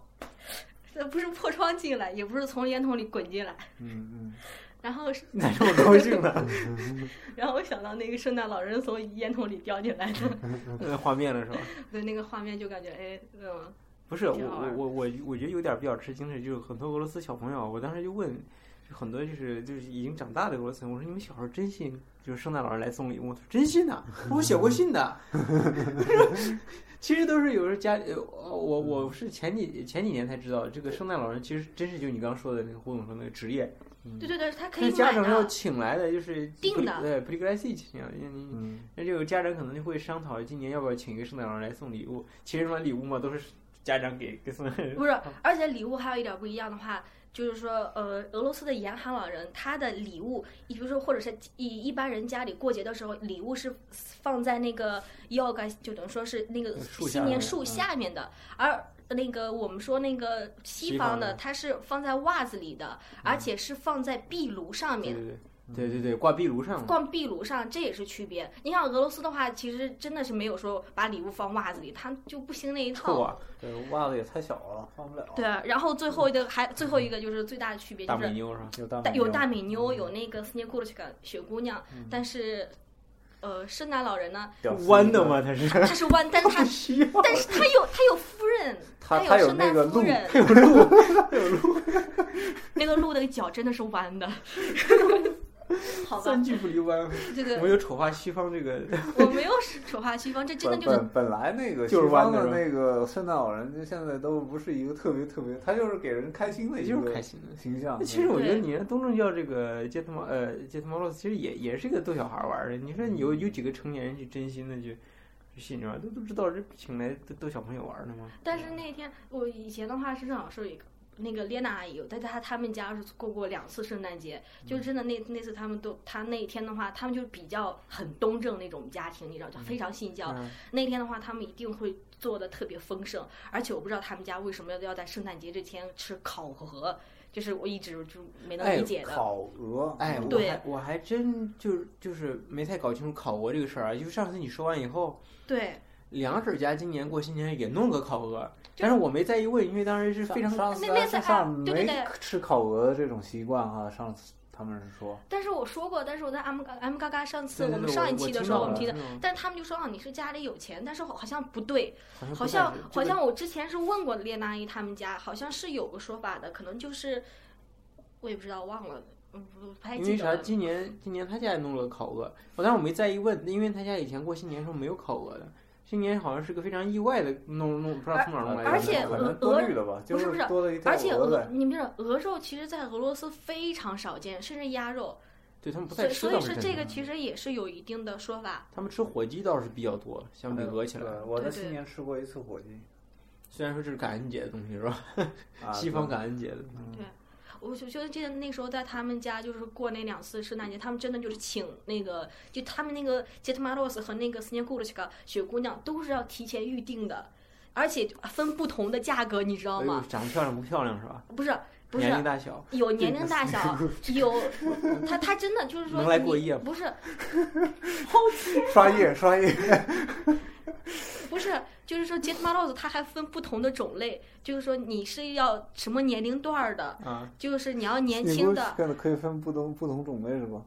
[SPEAKER 4] 他不是破窗进来，也不是从烟囱里滚进来。
[SPEAKER 2] 嗯
[SPEAKER 4] 然后是，
[SPEAKER 3] 哪这么高兴呢？
[SPEAKER 4] 然后我想到那个圣诞老人从烟囱里掉进来的，
[SPEAKER 3] 那画面了是吧？
[SPEAKER 4] 对那个画面就感觉，哎，嗯，
[SPEAKER 3] 不是我
[SPEAKER 4] 挺好玩
[SPEAKER 3] 我
[SPEAKER 4] 儿
[SPEAKER 3] 我我我觉得有点比较吃惊的是，就是很多俄罗斯小朋友，我当时就问，就很多就是就是已经长大的俄罗斯人，我说你们小时候真信就是圣诞老人来送礼物？他说真信呐、我写过信的。其实都是有时候家里，呃我我是前几前几年才知道，这个圣诞老人其实真是就你刚说的那个胡总说那个职业，
[SPEAKER 4] 对对对，他可
[SPEAKER 3] 嗯那
[SPEAKER 4] 以
[SPEAKER 3] 家
[SPEAKER 4] 买啊
[SPEAKER 3] 长要
[SPEAKER 4] 的，
[SPEAKER 3] 请来的就是
[SPEAKER 4] 定的
[SPEAKER 3] 对 p r e g r a s i 请你你
[SPEAKER 2] 嗯
[SPEAKER 3] 那就有家长可能就会商讨今年要不要请一个圣诞老人来送礼物。其实嘛，礼物嘛都是家长给给送人。
[SPEAKER 4] 不是，而且礼物还有一点不一样的话，就是说，呃，俄罗斯的严寒老人他的礼物，比如说或者是一一般人家里过节的时候，礼物是放在那个药干，就等于说是那个
[SPEAKER 3] 树下
[SPEAKER 4] 新年
[SPEAKER 3] 面
[SPEAKER 4] 树
[SPEAKER 2] 嗯
[SPEAKER 4] 下面的，而。那个我们说那个西
[SPEAKER 3] 西
[SPEAKER 4] 方
[SPEAKER 3] 方的嗯
[SPEAKER 4] 的，它是放在袜子里的，而且是放在壁炉上
[SPEAKER 3] 对
[SPEAKER 4] 面
[SPEAKER 3] 对对对对对，挂壁炉上嘛。
[SPEAKER 4] 逛壁炉上，这也是区别。你像俄罗斯的话，其实真的是没有说把礼物放袜子里，他就不兴那一
[SPEAKER 3] 臭
[SPEAKER 4] 套。
[SPEAKER 3] 啊！
[SPEAKER 2] 对，袜子也太小了，放不了。
[SPEAKER 4] 对，然后最后一个还最后一个就是最大的区别
[SPEAKER 3] 大
[SPEAKER 4] 就
[SPEAKER 3] 美
[SPEAKER 4] 是
[SPEAKER 3] 妞是吧？
[SPEAKER 2] 有大嗯
[SPEAKER 4] 大
[SPEAKER 2] 美妞
[SPEAKER 4] 有大美妞，有那个斯涅库鲁奇卡雪姑娘，
[SPEAKER 2] 嗯
[SPEAKER 4] 但是呃圣诞老人呢，
[SPEAKER 2] 屌丝
[SPEAKER 3] 弯的？嘛，他 是。
[SPEAKER 4] 他是弯， 但是他
[SPEAKER 3] 需要
[SPEAKER 4] 但是他有他有夫 人，
[SPEAKER 2] 他
[SPEAKER 4] 有
[SPEAKER 2] 他有
[SPEAKER 4] 圣
[SPEAKER 2] 那
[SPEAKER 4] 诞
[SPEAKER 2] 个
[SPEAKER 4] 夫
[SPEAKER 2] 鹿
[SPEAKER 4] 人，
[SPEAKER 3] 有路，
[SPEAKER 4] 那个鹿的脚真的是弯 的。 好吧
[SPEAKER 3] 三，句不离弯。
[SPEAKER 4] 这
[SPEAKER 3] 我
[SPEAKER 4] 个
[SPEAKER 3] 们有丑化西方这个，
[SPEAKER 4] 我没有丑化西方，这真的
[SPEAKER 2] 本
[SPEAKER 4] 就是
[SPEAKER 2] 本本来那个
[SPEAKER 3] 就是
[SPEAKER 2] 西
[SPEAKER 3] 弯
[SPEAKER 2] 方
[SPEAKER 3] 的
[SPEAKER 2] 的
[SPEAKER 3] 是吧
[SPEAKER 2] 那个圣诞老人，就现在都不是一个特别特别，他就是给人开心的
[SPEAKER 3] 也
[SPEAKER 2] 一
[SPEAKER 3] 就是开
[SPEAKER 2] 个
[SPEAKER 3] 心的。
[SPEAKER 2] 形象
[SPEAKER 3] 那。其实我觉得你看东正教这个街头猫呃街头猫 s 其实也也是一个逗小孩玩儿的。你说你有有几个成年人去真心的去去信这玩意儿，都都知道这请来逗逗小朋友玩儿的吗？
[SPEAKER 4] 但是那天我以前的话是正好是有一个那个列娜阿姨，有在她他们家是过过两次圣诞节，就
[SPEAKER 3] 嗯
[SPEAKER 4] 真的那那次他们都，她那一天的话，他们就比较很东正那种家庭，你知道，就非常信教。
[SPEAKER 3] 嗯
[SPEAKER 4] 那天的话，他们一定会做的特别丰盛，而且我不知道他们家为什么要要在圣诞节这天吃烤鹅，就是我一直就没能
[SPEAKER 3] 哎
[SPEAKER 4] 理解的。
[SPEAKER 2] 烤鹅，嗯
[SPEAKER 3] 哎，我
[SPEAKER 4] 对
[SPEAKER 3] 还我还真就是就是没太搞清楚烤鹅这个事儿啊。就是上次你说完以后，
[SPEAKER 4] 对，
[SPEAKER 3] 梁婶儿家今年过新年也弄个烤鹅，但是我没在意问，因为当时是非常
[SPEAKER 2] 上上次
[SPEAKER 4] 那那次
[SPEAKER 2] 咱上
[SPEAKER 4] 啊对对
[SPEAKER 2] 没
[SPEAKER 4] 对
[SPEAKER 2] 吃烤鹅的这种习惯哈、上次他他们是说，
[SPEAKER 4] 但是我说过，但是我在 M M 嘎嘎上次
[SPEAKER 3] 对对
[SPEAKER 4] 我们
[SPEAKER 3] 对
[SPEAKER 4] 上一
[SPEAKER 3] 我
[SPEAKER 4] 期
[SPEAKER 3] 我
[SPEAKER 4] 的
[SPEAKER 3] 听
[SPEAKER 4] 时候，
[SPEAKER 3] 到
[SPEAKER 4] 我们
[SPEAKER 3] 了嗯
[SPEAKER 4] 提的，
[SPEAKER 3] 听到了
[SPEAKER 4] 但是他们就说啊你是家里有钱，但是好像不对，好
[SPEAKER 3] 嗯好
[SPEAKER 4] 像
[SPEAKER 3] 像不
[SPEAKER 4] 好
[SPEAKER 3] 太是这个
[SPEAKER 4] 像我之前是问过列那依他们家，好像是有个说法的，可能就是我也不知道忘了，嗯，不不太
[SPEAKER 3] 因
[SPEAKER 4] 记
[SPEAKER 3] 为
[SPEAKER 4] 得
[SPEAKER 3] 啥？
[SPEAKER 4] 了。
[SPEAKER 3] 今年今年他家也弄了烤鹅，我但是我没在意问，因为他家以前过新年的时候没有烤鹅的，新年好像是个非常意外的弄弄，不知道从哪儿弄来的。
[SPEAKER 4] 而且
[SPEAKER 2] 可
[SPEAKER 4] 呃
[SPEAKER 2] 能多虑了吧，就
[SPEAKER 4] 不是不是
[SPEAKER 2] 多了一条
[SPEAKER 4] 而且
[SPEAKER 2] 鹅
[SPEAKER 4] 鹅
[SPEAKER 2] 呗，，
[SPEAKER 4] 你们知道鹅肉其实，在俄罗斯非常少见，甚至鸭肉，
[SPEAKER 3] 对他们不
[SPEAKER 4] 所
[SPEAKER 3] 太
[SPEAKER 4] 以
[SPEAKER 3] 吃
[SPEAKER 4] 所
[SPEAKER 3] 倒
[SPEAKER 4] 以
[SPEAKER 3] 是
[SPEAKER 4] 说
[SPEAKER 3] 真
[SPEAKER 4] 这
[SPEAKER 3] 的啊
[SPEAKER 4] 个其实也是有一定的说法。
[SPEAKER 3] 他们吃火鸡倒是比较多，相比鹅起来。
[SPEAKER 2] 嗯呃对，我在
[SPEAKER 4] 对对
[SPEAKER 2] 新年吃过一次火鸡，
[SPEAKER 3] 虽然说这是感恩节的东西是吧？
[SPEAKER 2] 啊，
[SPEAKER 3] 西方
[SPEAKER 2] 对
[SPEAKER 3] 感恩节的，
[SPEAKER 4] 我就就记得那时候在他们家，就是过那两次圣诞节，他们真的就是请那个，就他们那个杰特马洛斯和那个斯涅库鲁奇卡雪姑娘都是要提前预定的，而且分不同的价格，你知道
[SPEAKER 3] 哎呦
[SPEAKER 4] 吗？
[SPEAKER 3] 长得漂亮不漂亮是吧？
[SPEAKER 4] 不是不是
[SPEAKER 3] 年，龄大小，
[SPEAKER 4] 有年龄大 小，有他他真的就是说
[SPEAKER 3] 能来
[SPEAKER 4] 你
[SPEAKER 3] 过夜吗
[SPEAKER 4] 不是
[SPEAKER 2] 刷夜刷夜，
[SPEAKER 4] 不是，就是说杰特马洛斯它还分不同的种类，就是说你是要什么年龄段儿的，
[SPEAKER 3] 啊，
[SPEAKER 4] 就是你要年
[SPEAKER 2] 你
[SPEAKER 4] 轻
[SPEAKER 2] 不
[SPEAKER 4] 的，
[SPEAKER 2] 是可以分不同不同种类是吧？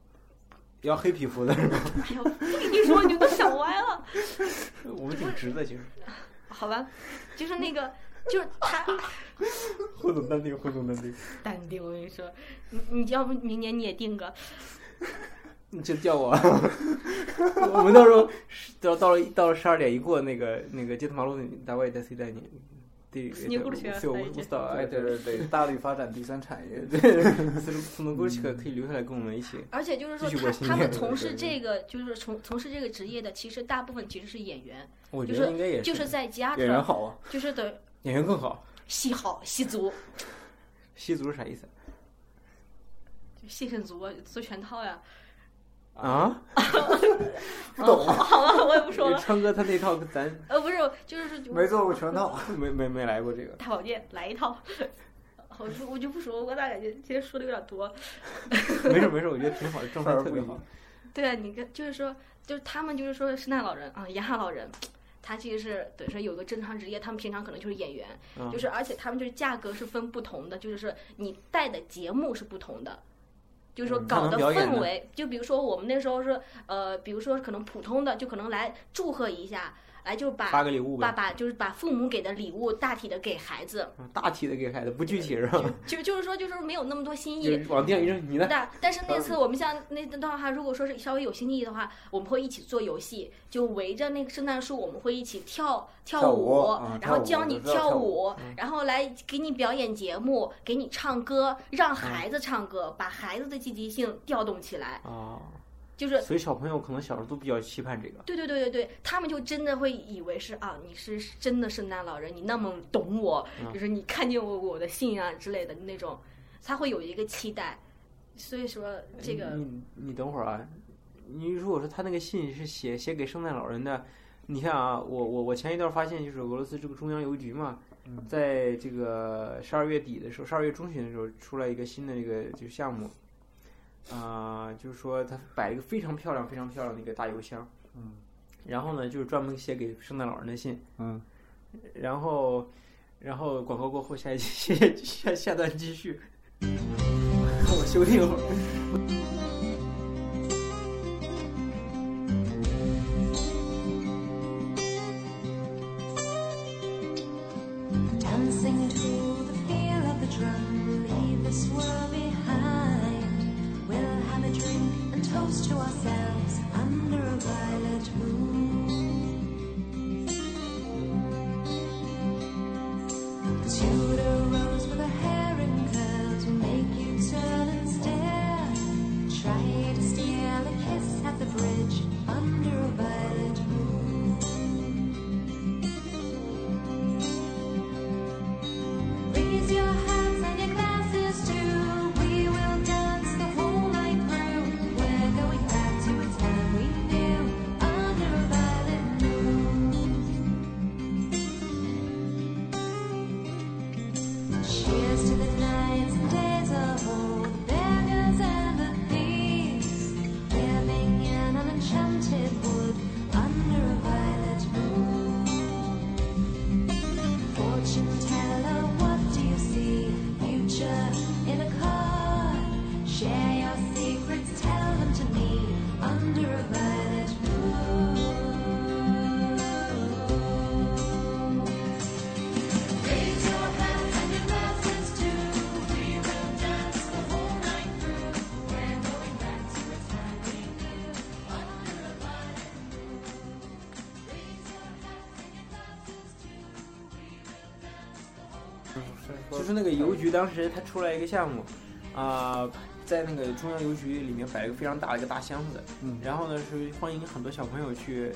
[SPEAKER 3] 要黑皮肤的是吧？
[SPEAKER 4] 哎呦， 一说你就都想歪了。
[SPEAKER 3] 我们挺直的 其实。
[SPEAKER 4] 好吧，就是那个，就是他哎
[SPEAKER 2] 混种淡定，混种淡定。
[SPEAKER 4] 淡定。我跟你说，你你要不明年你也定个，
[SPEAKER 3] 你就叫我， 我们到时候到到了到了十二点一过，那个那个街头马路，大外在谁带你？对，
[SPEAKER 4] С не курча,
[SPEAKER 3] 对，我不知道，哎，
[SPEAKER 2] 哎，
[SPEAKER 3] 对
[SPEAKER 2] 对
[SPEAKER 3] 对
[SPEAKER 2] 对 对，大力发展第三产业。
[SPEAKER 3] 对，斯斯诺古奇克可以留下来跟我们一起。
[SPEAKER 4] 而且就是说
[SPEAKER 3] 继续过
[SPEAKER 4] 他
[SPEAKER 3] 新
[SPEAKER 4] 他
[SPEAKER 3] 年
[SPEAKER 4] 们从
[SPEAKER 2] 对
[SPEAKER 4] 事
[SPEAKER 2] 对
[SPEAKER 4] 这个就是从从事这个职业的，其实大部分其实是演员，
[SPEAKER 3] 我
[SPEAKER 4] 就
[SPEAKER 3] 觉得应该也
[SPEAKER 4] 是就是在家
[SPEAKER 2] 演员
[SPEAKER 4] 特，
[SPEAKER 2] 好啊，
[SPEAKER 4] 就是等
[SPEAKER 3] 演员更好。
[SPEAKER 4] 戏好戏足，
[SPEAKER 3] 吸足是啥意思
[SPEAKER 4] 就戏很足啊，做全套呀。
[SPEAKER 3] 啊？
[SPEAKER 2] 不懂
[SPEAKER 4] 哦
[SPEAKER 2] 啊，
[SPEAKER 4] 好吧，我也不说了。
[SPEAKER 3] 川哥他那套咱
[SPEAKER 4] 呃，不是，就是说
[SPEAKER 2] 没做过全套。
[SPEAKER 3] 没没没来过这 个，
[SPEAKER 4] 大保健来一套。 我就我就不说，我咋感觉今天说的有点多？
[SPEAKER 3] 没事没事，我觉得挺好的，状态特别好。
[SPEAKER 4] 对啊，你跟就是说，就是他们就是说圣诞老人啊，雅哈老人，他其实是等于说有个正常职业，他们平常可能就是演员，
[SPEAKER 2] 嗯
[SPEAKER 3] 啊
[SPEAKER 4] 就是而且他们就是价格是分不同的，就是说你带的节目是不同的。就是说
[SPEAKER 2] 嗯
[SPEAKER 3] 他
[SPEAKER 4] 搞
[SPEAKER 3] 们
[SPEAKER 4] 的
[SPEAKER 3] 表演
[SPEAKER 4] 氛
[SPEAKER 3] 呢
[SPEAKER 4] 围，就比如说我们那时候是，呃，比如说可能普通的，就可能来祝贺一下，来就把
[SPEAKER 3] 发个礼物
[SPEAKER 4] 把
[SPEAKER 3] 呗，
[SPEAKER 4] 把就是把父母给的礼物大体的给孩子，
[SPEAKER 3] 大体的给孩子，不具体是吧？
[SPEAKER 4] 就就是说就是没有那么多新意
[SPEAKER 3] 就，是往地上一扔，你呢？
[SPEAKER 4] 但但是那次我们像那的话，如果说是稍微有新意的话，我们会一起做游戏，就围着那个圣诞树，我们会一起跳跳
[SPEAKER 2] 跳
[SPEAKER 4] 舞，
[SPEAKER 2] 舞嗯
[SPEAKER 4] 然后
[SPEAKER 2] 跳舞
[SPEAKER 4] 教
[SPEAKER 2] 我
[SPEAKER 4] 你
[SPEAKER 2] 知道跳
[SPEAKER 4] 舞，
[SPEAKER 3] 嗯
[SPEAKER 4] 然后来给你表演节目，给你唱歌，让孩子唱歌，把孩子的积极性调动起来，
[SPEAKER 3] 啊，
[SPEAKER 4] 就是。
[SPEAKER 3] 所以小朋友可能小时候都比较期盼这个。
[SPEAKER 4] 对对对对对，他们就真的会以为是啊，你是真的圣诞老人，你那么懂我，
[SPEAKER 3] 嗯
[SPEAKER 4] 就是你看见我我的信啊之类的那种，他会有一个期待，所以说这个
[SPEAKER 3] 你你等会儿啊，你如果说他那个信是写写给圣诞老人的，你看啊，我我我前一段发现就是俄罗斯这个中央邮局嘛，
[SPEAKER 2] 嗯
[SPEAKER 3] 在这个十二月底的时候，十二月中旬的时候出来一个新的这个就是项目，啊、就是说他摆一个非常漂亮、非常漂亮的一个大邮箱，
[SPEAKER 2] 嗯
[SPEAKER 3] 然后呢就是专门写给圣诞老人的信，
[SPEAKER 2] 嗯，
[SPEAKER 3] 然后然后广告过后下一期 下下下段继续， 我休息一会儿。
[SPEAKER 1] Dancing to the feel of the drum, leave this world behind. We'll have a drink and toast to ourselves under a violet moon. Tudor rose with her hair in curls will make you turn and stare. Try to steal a kiss at the bridge under a violet moon. Raise your hands and your glasses too. We will dance the whole night through. We're going back to a time we knew under a
[SPEAKER 3] 就是那个邮局当时他出来一个项目，啊、在那个中央邮局里面摆了一个非常大的一个大箱子，
[SPEAKER 2] 嗯，
[SPEAKER 3] 然后呢是欢迎很多小朋友去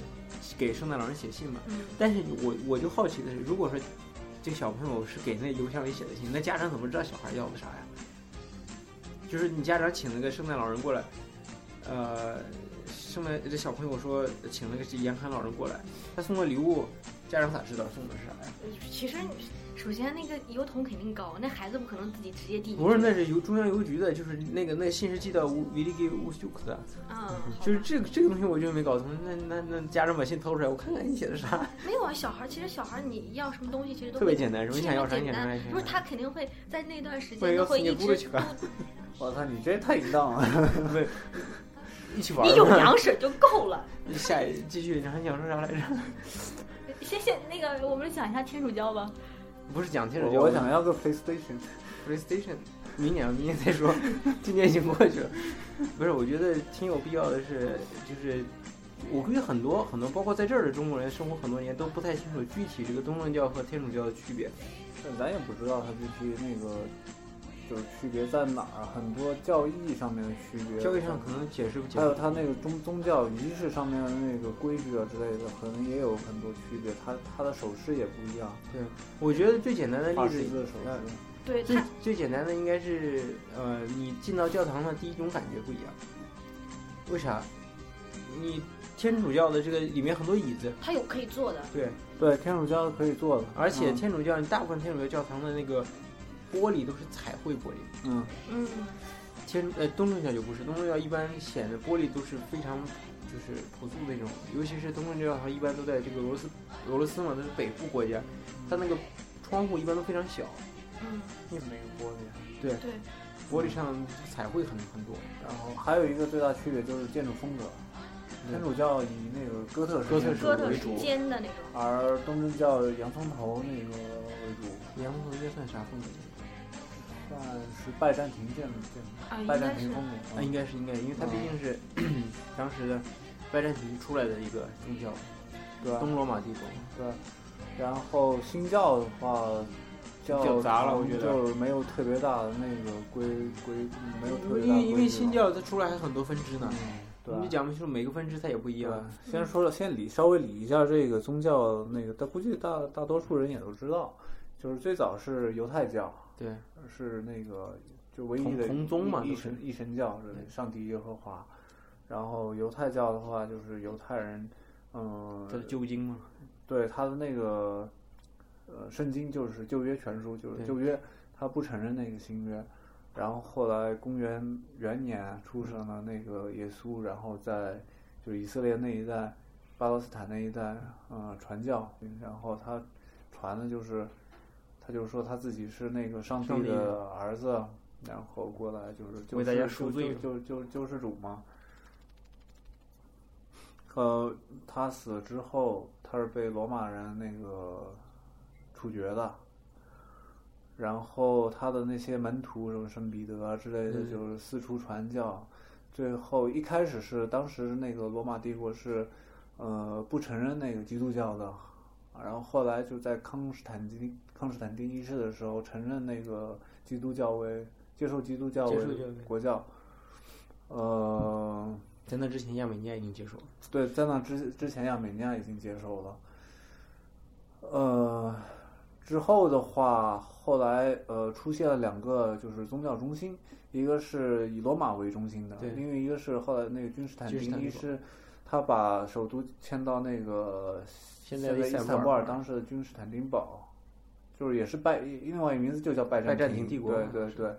[SPEAKER 3] 给圣诞老人写信嘛。
[SPEAKER 4] 嗯，
[SPEAKER 3] 但是我我就好奇的是，如果说这个小朋友是给那邮箱里写的信，那家长怎么知道小孩要的啥呀？就是你家长请了个圣诞老人过来，呃，圣诞这小朋友说请了个严寒老人过来，他送的礼物，家长咋知道送的是啥呀？
[SPEAKER 4] 其实首先那个邮筒肯定高，那孩子不可能自己直接递进去。
[SPEAKER 3] 不是，那是邮中央邮局的，就是那个那个信是寄到乌维利给乌斯库克的，
[SPEAKER 4] 嗯，
[SPEAKER 3] 就是这个这个东西我就没搞通。那那那家长把信掏出来，我看看你写的啥，
[SPEAKER 4] 没有啊，小孩儿其实小孩儿你要什么东西其实都
[SPEAKER 3] 特
[SPEAKER 4] 会
[SPEAKER 3] 别简单，什么
[SPEAKER 4] 是
[SPEAKER 3] 想要啥
[SPEAKER 4] 很
[SPEAKER 3] 你
[SPEAKER 4] 简
[SPEAKER 3] 想要啥
[SPEAKER 4] 单
[SPEAKER 3] 你想要啥。
[SPEAKER 4] 不是他肯定会在那段时
[SPEAKER 3] 我以
[SPEAKER 4] 间
[SPEAKER 3] 为
[SPEAKER 4] 都会
[SPEAKER 3] 你
[SPEAKER 4] 一
[SPEAKER 3] 不会去
[SPEAKER 4] 直
[SPEAKER 3] 看
[SPEAKER 4] 不，
[SPEAKER 2] 我操，你这太淫荡了！
[SPEAKER 3] 一起玩儿
[SPEAKER 4] 你有
[SPEAKER 3] 吧
[SPEAKER 4] 羊水就够了。
[SPEAKER 3] 下一继续，然后你想说啥来着？
[SPEAKER 4] 先先那个，我们讲一下天主教吧。
[SPEAKER 3] 不是讲天主教，
[SPEAKER 2] 我我想要个 PlayStation，
[SPEAKER 3] PlayStation，明年吧明年再说， 今年已经过去了。不是，我觉得挺有必要的是，就是我估计很多很多，包括在这儿的中国人生活很多年，都不太清楚具体这个东正教和天主教的区别。
[SPEAKER 2] 但咱也不知道它具体那个就是区别在哪儿，很多教义上面的区别，
[SPEAKER 3] 教育上可能解释不清
[SPEAKER 2] 还。有它那个宗宗教仪式上面的那个规矩啊之类的，可能也有很多区别。它它的手势也不一样，
[SPEAKER 3] 对，我觉得最简单的
[SPEAKER 2] 二
[SPEAKER 3] 例
[SPEAKER 2] 十
[SPEAKER 3] 子，
[SPEAKER 2] 字手
[SPEAKER 3] 嗯
[SPEAKER 2] 势。
[SPEAKER 4] 对
[SPEAKER 3] 最
[SPEAKER 4] 他，
[SPEAKER 3] 最简单的应该是，呃，你进到教堂的第一种感觉不一样。为啥？你天主教的这个里面很多椅子，
[SPEAKER 4] 他有可以做的，
[SPEAKER 3] 对，
[SPEAKER 2] 对，天主教可以做的，
[SPEAKER 3] 而且
[SPEAKER 2] 嗯
[SPEAKER 3] 天主教，你大部分天主教教堂的那个玻璃都是彩绘玻璃。
[SPEAKER 2] 嗯，
[SPEAKER 4] 嗯，
[SPEAKER 3] 天呃东正教就不是，东正教一般显得玻璃都是非常就是朴素的那种，尤其是东正教它一般都在这个俄罗斯俄罗斯嘛，都是北部国家，它那个窗户一般都非常小，
[SPEAKER 4] 嗯，
[SPEAKER 2] 印那个玻璃。啊
[SPEAKER 4] 对，
[SPEAKER 3] 玻璃上彩绘很很多。
[SPEAKER 2] 然后还有一个最大区别就是建筑风格，天主教以那个哥特式
[SPEAKER 3] 哥特
[SPEAKER 2] 建
[SPEAKER 3] 式
[SPEAKER 2] 筑
[SPEAKER 4] 哥特
[SPEAKER 2] 为
[SPEAKER 4] 式
[SPEAKER 2] 主，
[SPEAKER 4] 尖的那种，
[SPEAKER 2] 而东正教洋葱头那个为主，
[SPEAKER 3] 洋葱头应该算啥风格？
[SPEAKER 2] 嗯算是拜占庭建筑建筑，
[SPEAKER 4] 啊，应
[SPEAKER 2] 拜
[SPEAKER 4] 该
[SPEAKER 2] 占
[SPEAKER 4] 是
[SPEAKER 2] 庭风格。嗯
[SPEAKER 3] 啊，应该是应该，因为它毕竟是、 当时的拜占庭出来的一个宗教，
[SPEAKER 2] 对吧
[SPEAKER 3] 东罗马帝国。
[SPEAKER 2] 对。然后新教的话，教
[SPEAKER 3] 较杂了我觉得
[SPEAKER 2] 就是没有特别大的那个规规，没有特别
[SPEAKER 3] 因
[SPEAKER 2] 大的
[SPEAKER 3] 为因为
[SPEAKER 2] 规矩
[SPEAKER 3] 新
[SPEAKER 2] 了，
[SPEAKER 3] 教它出来还很多分支呢
[SPEAKER 2] 嗯，对吧
[SPEAKER 3] 你讲不清楚每个分支它也不一
[SPEAKER 2] 对
[SPEAKER 3] 样。，
[SPEAKER 2] 先说了，先理稍微理一下这个宗教那个，但估计大大多数人也都知道，就是最早是犹太教，
[SPEAKER 3] 对，
[SPEAKER 2] 是那个就唯一
[SPEAKER 3] 同
[SPEAKER 2] 的
[SPEAKER 3] 同宗嘛
[SPEAKER 2] 一
[SPEAKER 3] 都
[SPEAKER 2] 一
[SPEAKER 3] 是
[SPEAKER 2] 神一神教
[SPEAKER 3] 对
[SPEAKER 2] 是上帝耶和华，然后犹太教的话就是犹太人，嗯、
[SPEAKER 3] 它的旧经嘛。
[SPEAKER 2] 对他的那个呃圣经就是旧约全书，就是
[SPEAKER 3] 对
[SPEAKER 2] 旧约，他不承认那个新约。然后后来公元元年出生了那个耶稣，然后在就以色列那一带、巴勒斯坦那一带，嗯、传教，然后他传的就是，他就说他自己是那个上
[SPEAKER 3] 上
[SPEAKER 2] 帝
[SPEAKER 3] 帝
[SPEAKER 2] 的儿子，然后过来就是就
[SPEAKER 3] 为大家
[SPEAKER 2] 是
[SPEAKER 3] 赎
[SPEAKER 2] 就
[SPEAKER 3] 罪
[SPEAKER 2] 就就救世主嘛。呃，他死之后，他是被罗马人那个处决的。然后他的那些门徒，什么圣彼得啊之类的，
[SPEAKER 3] 嗯
[SPEAKER 2] 就是四处传教。最后一开始是当时那个罗马帝国是，呃，不承认那个基督教的，然后后来就在康斯坦丁康斯坦丁一世的时候承认那个基督教为接受基督教
[SPEAKER 3] 接
[SPEAKER 2] 为
[SPEAKER 3] 受教为
[SPEAKER 2] 国教，呃，
[SPEAKER 3] 在那之前，亚美尼亚已经接受了。
[SPEAKER 2] 对，在那之之前，亚美尼亚已经接受了。呃，之后的话，后来呃出现了两个就是宗教中心，一个是以罗马为中心的，
[SPEAKER 3] 对
[SPEAKER 2] 另一个是后来那个君士坦
[SPEAKER 3] 君士坦
[SPEAKER 2] 丁一
[SPEAKER 3] 丁堡
[SPEAKER 2] 世，他把首都迁到那个
[SPEAKER 3] 现在
[SPEAKER 2] 在
[SPEAKER 3] 的
[SPEAKER 2] 伊斯
[SPEAKER 3] 坦
[SPEAKER 2] 坦
[SPEAKER 3] 布
[SPEAKER 2] 布
[SPEAKER 3] 尔
[SPEAKER 2] 尔当时的君士坦丁堡，就是也是拜另外一个名字就叫拜
[SPEAKER 3] 拜占
[SPEAKER 2] 庭
[SPEAKER 3] 庭帝国
[SPEAKER 2] 对
[SPEAKER 3] 嘛
[SPEAKER 2] 对对。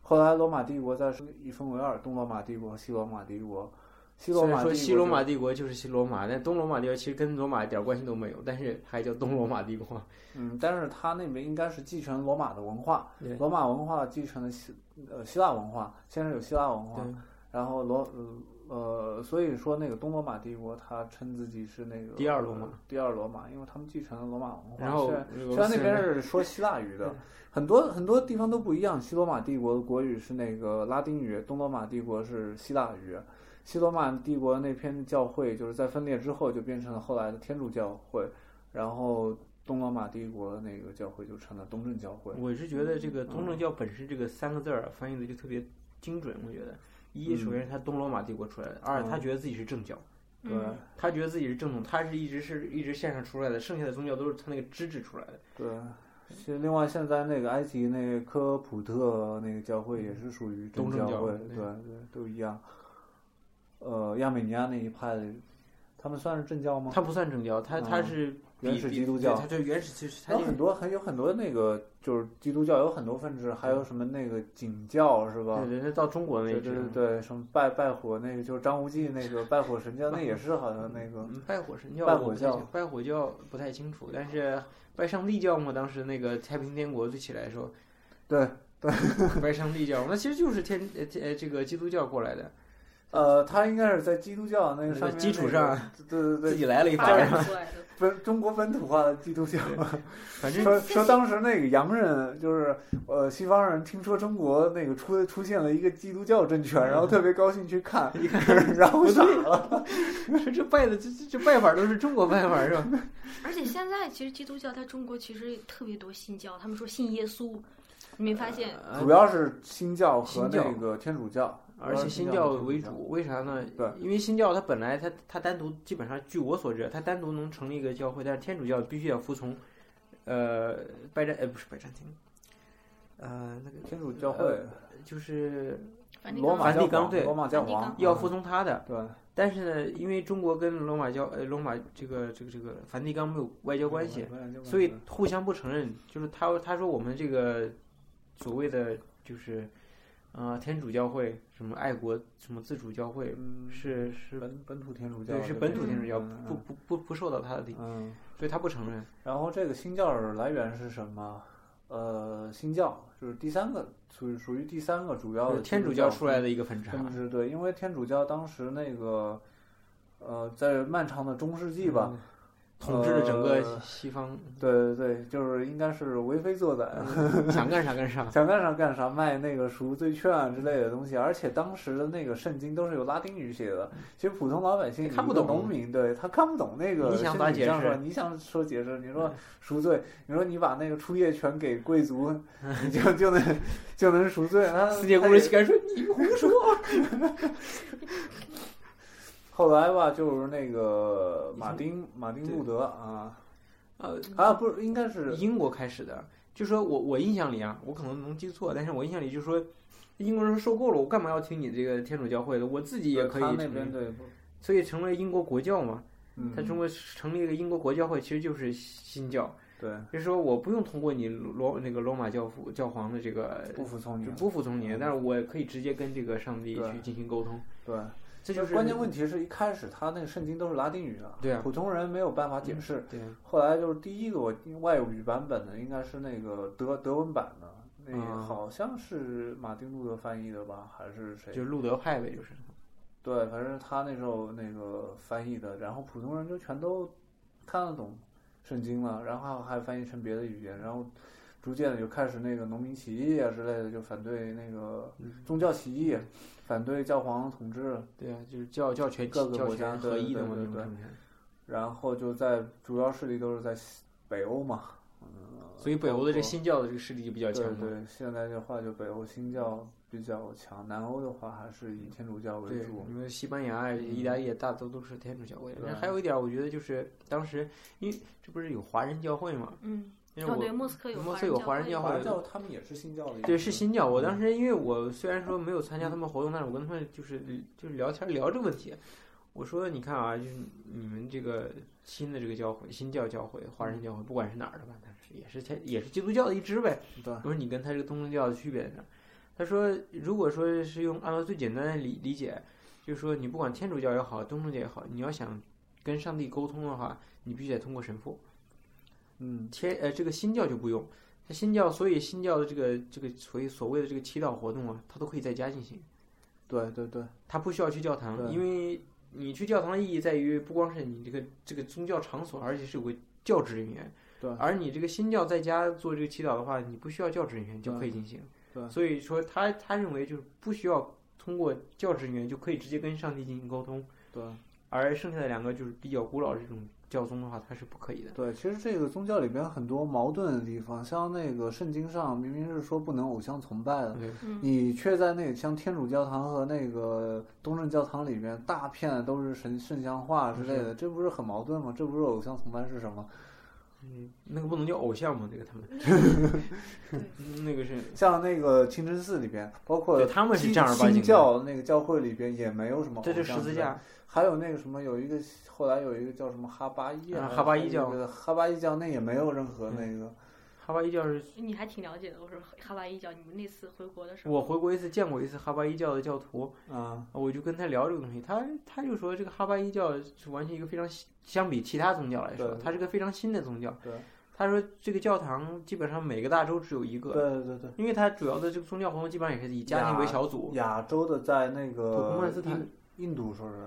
[SPEAKER 2] 后来罗马帝国在一分为二，东罗马帝国和西罗马帝国。西罗
[SPEAKER 3] 虽然
[SPEAKER 2] 马帝
[SPEAKER 3] 说
[SPEAKER 2] 国
[SPEAKER 3] 西罗
[SPEAKER 2] 就
[SPEAKER 3] 马帝国就是西罗马，但东罗马帝国其实跟罗马一点关系都没有，但是还叫东罗马帝国。
[SPEAKER 2] 嗯，但是他那边应该是继承罗马的文化，
[SPEAKER 3] 对
[SPEAKER 2] 罗马文化继承了希呃希腊文化，先是有希腊文化，然后罗呃呃，所以说那个东罗马帝国，他称自己是那个
[SPEAKER 3] 第二罗马，
[SPEAKER 2] 第二罗马，因为他们继承了罗马文化，
[SPEAKER 3] 啊然后
[SPEAKER 2] 虽然
[SPEAKER 3] 俄罗
[SPEAKER 2] 虽
[SPEAKER 3] 斯
[SPEAKER 2] 然那边是说希腊语的，很多很多地方都不一样。西罗马帝国的国语是那个拉丁语，东罗马帝国是希腊语。西罗马帝国那篇教会就是在分裂之后就变成了后来的天主教会，然后东罗马帝国的那个教会就成了东正教会。
[SPEAKER 3] 我是觉得这个东正教本身这个三个字儿翻译的就特别精准，我觉得。一，首先是他东罗马帝国出来的；二，
[SPEAKER 2] 嗯
[SPEAKER 3] 他觉得自己是正教，
[SPEAKER 2] 对，
[SPEAKER 4] 嗯
[SPEAKER 3] 他觉得自己是正统，他是一直是一直线上出来的，剩下的宗教都是他那个支持出来的。
[SPEAKER 2] 对，其实另外现在那个埃及那个科普特那个教会也是属于
[SPEAKER 3] 东正
[SPEAKER 2] 教
[SPEAKER 3] 教
[SPEAKER 2] 会，
[SPEAKER 3] 对
[SPEAKER 2] 对对，都一样。呃，亚美尼亚那一派的，他们算是正教吗？
[SPEAKER 3] 他不算正教，他他
[SPEAKER 2] 嗯
[SPEAKER 3] 是
[SPEAKER 2] 原
[SPEAKER 3] 比
[SPEAKER 2] 始
[SPEAKER 3] 比
[SPEAKER 2] 基督
[SPEAKER 3] 对
[SPEAKER 2] 教
[SPEAKER 3] 他这原始其实他
[SPEAKER 2] 有
[SPEAKER 3] 就
[SPEAKER 2] 很多，很有很多那个就是基督教有很多分
[SPEAKER 3] 嗯
[SPEAKER 2] 支，还有什么那个景教是吧
[SPEAKER 3] 对？对，他到中国那
[SPEAKER 2] 啊
[SPEAKER 3] 啊一
[SPEAKER 2] 对对
[SPEAKER 3] 支，
[SPEAKER 2] 对对，什么拜拜火那个就是张无 忌那个拜火神教，那也是好像呃那个
[SPEAKER 3] 嗯拜火神教，
[SPEAKER 2] 拜
[SPEAKER 3] 我
[SPEAKER 2] 火
[SPEAKER 3] 不太
[SPEAKER 2] 教
[SPEAKER 3] 清，拜火教不太清楚，但是拜上帝教嘛，当时那个太平天国最起来的时 候，
[SPEAKER 2] 对
[SPEAKER 3] 拜上帝教，那其实就是天呃天呃这个基督教过来的，
[SPEAKER 2] 呃，他应该是在基督教那个上面那个
[SPEAKER 3] 基础上，
[SPEAKER 2] 对对
[SPEAKER 3] 自
[SPEAKER 2] 对，
[SPEAKER 3] 己来了一发
[SPEAKER 4] 发
[SPEAKER 3] 展，
[SPEAKER 4] 展出来的。
[SPEAKER 2] 本中国本土化的基督教。
[SPEAKER 3] 反正
[SPEAKER 2] 说说当时那个洋人就是呃西方人听说中国那个出出现了一个基督教政权，
[SPEAKER 3] 嗯
[SPEAKER 2] 然后特别高兴去 看， 然后傻了。
[SPEAKER 3] 说这拜的这这这拜法都是中国拜法是吧？
[SPEAKER 4] 而且现在其实基督教在中国其实特别多新教，他们说信耶稣，你没发现？
[SPEAKER 3] 呃
[SPEAKER 2] 主要是新教和
[SPEAKER 3] 新教
[SPEAKER 2] 那个天主教，
[SPEAKER 3] 而且新教
[SPEAKER 2] 教
[SPEAKER 3] 为。主，为啥呢？
[SPEAKER 2] 对，
[SPEAKER 3] 因为新教它本来它它单独基本上，据我所知，它单独能成立一个教会，但是天主教必须要服从，呃，拜占呃不是拜占庭，呃那个
[SPEAKER 2] 天主教会
[SPEAKER 3] 呃，就是
[SPEAKER 4] 反正
[SPEAKER 2] 罗马
[SPEAKER 3] 梵蒂
[SPEAKER 2] 教
[SPEAKER 3] 冈
[SPEAKER 2] 皇
[SPEAKER 3] 对
[SPEAKER 2] 罗马教
[SPEAKER 4] 梵蒂
[SPEAKER 2] 皇
[SPEAKER 4] 冈
[SPEAKER 3] 要服从他的。
[SPEAKER 2] 对
[SPEAKER 3] 但是呢，因为中国跟罗马教呃罗马这个这个这个梵蒂冈没有外交关系，，所以互相不承认。就是他他说我们这个所谓的就是呃天主教会什么爱国什么自主教会
[SPEAKER 2] 嗯
[SPEAKER 3] 是是
[SPEAKER 2] 本本土天主教
[SPEAKER 3] 对是本土天主教
[SPEAKER 2] 嗯
[SPEAKER 3] 不不不不受到他的
[SPEAKER 2] 嗯
[SPEAKER 3] 影，
[SPEAKER 2] 嗯
[SPEAKER 3] 所以他不承认。
[SPEAKER 2] 然后这个新教的来源是什么？呃，新教就是第三个属于属于第三个主要的
[SPEAKER 3] 天主教
[SPEAKER 2] 教
[SPEAKER 3] 出来的一个分叉，啊
[SPEAKER 2] 分支，对，因为天主教当时那个，呃，在漫长的中世纪吧，
[SPEAKER 3] 嗯，统治了整个
[SPEAKER 2] 呃
[SPEAKER 3] 西 方，
[SPEAKER 2] 对对对，就是应该是为非作歹，啊
[SPEAKER 3] 嗯想干啥干啥。
[SPEAKER 2] 想干啥干啥，卖那个赎罪券啊之类的东西，而且当时的那个圣经都是有拉丁语写的，其实普通老百
[SPEAKER 3] 嗯
[SPEAKER 2] 姓
[SPEAKER 3] 看不
[SPEAKER 2] 一个
[SPEAKER 3] 懂
[SPEAKER 2] 农民对他看不懂那个
[SPEAKER 3] 你想
[SPEAKER 2] 圣经
[SPEAKER 3] 咋
[SPEAKER 2] 上
[SPEAKER 3] 解
[SPEAKER 2] 说
[SPEAKER 3] 释嗯
[SPEAKER 2] 你想说解释，你说赎罪，你说你把那个初夜权给 贵族，你就就能就能赎罪，啊哎他
[SPEAKER 3] 世界
[SPEAKER 2] 他
[SPEAKER 3] 公民
[SPEAKER 2] 也
[SPEAKER 3] 乞丐说你胡说，
[SPEAKER 2] 后来吧，就是那个马丁马丁路德啊
[SPEAKER 3] 呃，
[SPEAKER 2] 啊，不是应该是
[SPEAKER 3] 英国开始的。就说我我印象里啊，我可能能记错，但是我印象里就说，英国人说受够了，我干嘛要听你这个天主教会的？我自己也可以
[SPEAKER 2] 他那
[SPEAKER 3] 成
[SPEAKER 2] 边
[SPEAKER 3] 立，
[SPEAKER 2] 对，
[SPEAKER 3] 所以成为英国国教嘛。
[SPEAKER 2] 嗯
[SPEAKER 3] 在中国成立了一个英国国教会，其实就是新教，
[SPEAKER 2] 对
[SPEAKER 3] 就是说我不用通过你罗那个罗马教父教皇的这个
[SPEAKER 2] 不服从你
[SPEAKER 3] 就不服从你，但是我可以直接跟这个上帝
[SPEAKER 2] 对
[SPEAKER 3] 去进行沟通，
[SPEAKER 2] 对，
[SPEAKER 3] 这就是
[SPEAKER 2] 关键问题是一开始他那个圣经都是拉丁语的，
[SPEAKER 3] 对啊嗯
[SPEAKER 2] 普通人没有办法解释。
[SPEAKER 3] 对，
[SPEAKER 2] 后来就是第一个我外语版本的应该是那个德德文版的，那
[SPEAKER 3] 嗯
[SPEAKER 2] 好像是马丁路德翻译的吧，还是谁？
[SPEAKER 3] 就是路德派呗，就是
[SPEAKER 2] 对，反正他那时候那个翻译的，然后普通人就全都看得懂圣经了，然后还翻译成别的语言，然后逐渐的就开始那个农民起义啊之类的，就反对那个
[SPEAKER 3] 嗯
[SPEAKER 2] 宗教起义，反对教皇统治，
[SPEAKER 3] 对啊，就是教教权
[SPEAKER 2] 各个
[SPEAKER 3] 教
[SPEAKER 2] 国家
[SPEAKER 3] 权
[SPEAKER 2] 对
[SPEAKER 3] 合一的
[SPEAKER 2] 对
[SPEAKER 3] 嘛那
[SPEAKER 2] 对
[SPEAKER 3] 种
[SPEAKER 2] 对
[SPEAKER 3] 状态，
[SPEAKER 2] 然后就在主要势力都是在西北欧嘛，
[SPEAKER 3] 所以北欧的这
[SPEAKER 2] 包括
[SPEAKER 3] 新教的这个势力就比较强
[SPEAKER 2] 对
[SPEAKER 3] 嘛，
[SPEAKER 2] 对，现在的话就北欧新教比较强，南欧的话还是以天主教为
[SPEAKER 3] 对，
[SPEAKER 2] 主，
[SPEAKER 3] 因为西班牙、意大利也大都都是天主教会。
[SPEAKER 2] 对
[SPEAKER 3] 但还有一点，我觉得就是当时，因为这不是有华人教会嘛，
[SPEAKER 4] 嗯，
[SPEAKER 3] 因为
[SPEAKER 4] 哦
[SPEAKER 3] 我、
[SPEAKER 4] 对，莫斯科有
[SPEAKER 3] 莫斯科有华人
[SPEAKER 4] 会
[SPEAKER 3] 教
[SPEAKER 2] 华
[SPEAKER 3] 会
[SPEAKER 2] 人教他们也是新教的一部分，
[SPEAKER 3] 对是新教。我当时因为我虽然说没有参加他们活动，但是我跟他们就是就是聊天聊这个问题。我说，你看啊，就是你们这个新的这个教会，新教教会、华人教会，不管是哪儿的吧，但是也是天也是基督教的一支呗。
[SPEAKER 2] 对
[SPEAKER 3] 我说你跟他这个东正教的区别在哪儿？他说，如果说是用按照最简单的理理解，就是说你不管天主教也好，东正教也好，你要想跟上帝沟通的话，你必须得通过神父。
[SPEAKER 2] 嗯
[SPEAKER 3] 天呃，这个新教就不用，他新教所以新教的这个这个所以所谓的这个祈祷活动啊，他都可以在家进行，
[SPEAKER 2] 对对对。
[SPEAKER 3] 他不需要去教堂，
[SPEAKER 2] 对
[SPEAKER 3] 因为你去教堂的意义在于不光是你这个这个宗教场所，而且是有个教职人员。
[SPEAKER 2] 对
[SPEAKER 3] 而你这个新教在家做这个祈祷的话，你不需要教职人员就可以进行。
[SPEAKER 2] 对
[SPEAKER 3] 所以说他他认为就是不需要通过教职人员就可以直接跟上帝进行沟通，
[SPEAKER 2] 对
[SPEAKER 3] 而剩下的两个就是比较古老的这种教宗的话，它是不可以的。
[SPEAKER 2] 对，其实这个宗教里边很多矛盾的地方，像那个圣经上明明是说不能偶像崇拜的，
[SPEAKER 3] 对，
[SPEAKER 4] 嗯，
[SPEAKER 2] 你却在那个像天主教堂和那个东正教堂里边，大片都是神圣像画之类的，这不是很矛盾吗？这不是偶像崇拜是什么？
[SPEAKER 3] 嗯，那个不能叫偶像嘛，这个他们，
[SPEAKER 4] 对，
[SPEAKER 3] 嗯 那个是
[SPEAKER 2] 像那个清真寺里边，包括
[SPEAKER 3] 对他们是
[SPEAKER 2] 新
[SPEAKER 3] 正儿八经的
[SPEAKER 2] 新教那个教会里边也没有什么偶
[SPEAKER 3] 这就
[SPEAKER 2] 像之类的，
[SPEAKER 3] 十字架，
[SPEAKER 2] 还有那个什么，有一个后来有一个叫什么哈巴伊
[SPEAKER 3] 啊
[SPEAKER 2] 还是
[SPEAKER 3] 哈巴伊
[SPEAKER 2] 什么
[SPEAKER 3] 教
[SPEAKER 2] 那个哈巴伊教那也没有任何那个，
[SPEAKER 3] 哈巴伊教是
[SPEAKER 4] 你还挺了解的。我说哈巴伊教，你们那次回国的时候，
[SPEAKER 3] 我回国一次见过一次哈巴伊教的教徒，
[SPEAKER 2] 嗯
[SPEAKER 3] 我就跟他聊这个东西，他他就说这个哈巴伊教是完全一个非常新相比其他宗教来说，
[SPEAKER 2] 对
[SPEAKER 3] 它是个非常新的宗教。
[SPEAKER 2] 对，
[SPEAKER 3] 他说这个教堂基本上每个大洲只有一个，
[SPEAKER 2] 对对对对，
[SPEAKER 3] 因为它主要的这个宗教活动基本上也是以家庭为小组。
[SPEAKER 2] 亚洲的在那
[SPEAKER 3] 土库
[SPEAKER 2] 个
[SPEAKER 3] 曼斯坦
[SPEAKER 2] 印印度说是，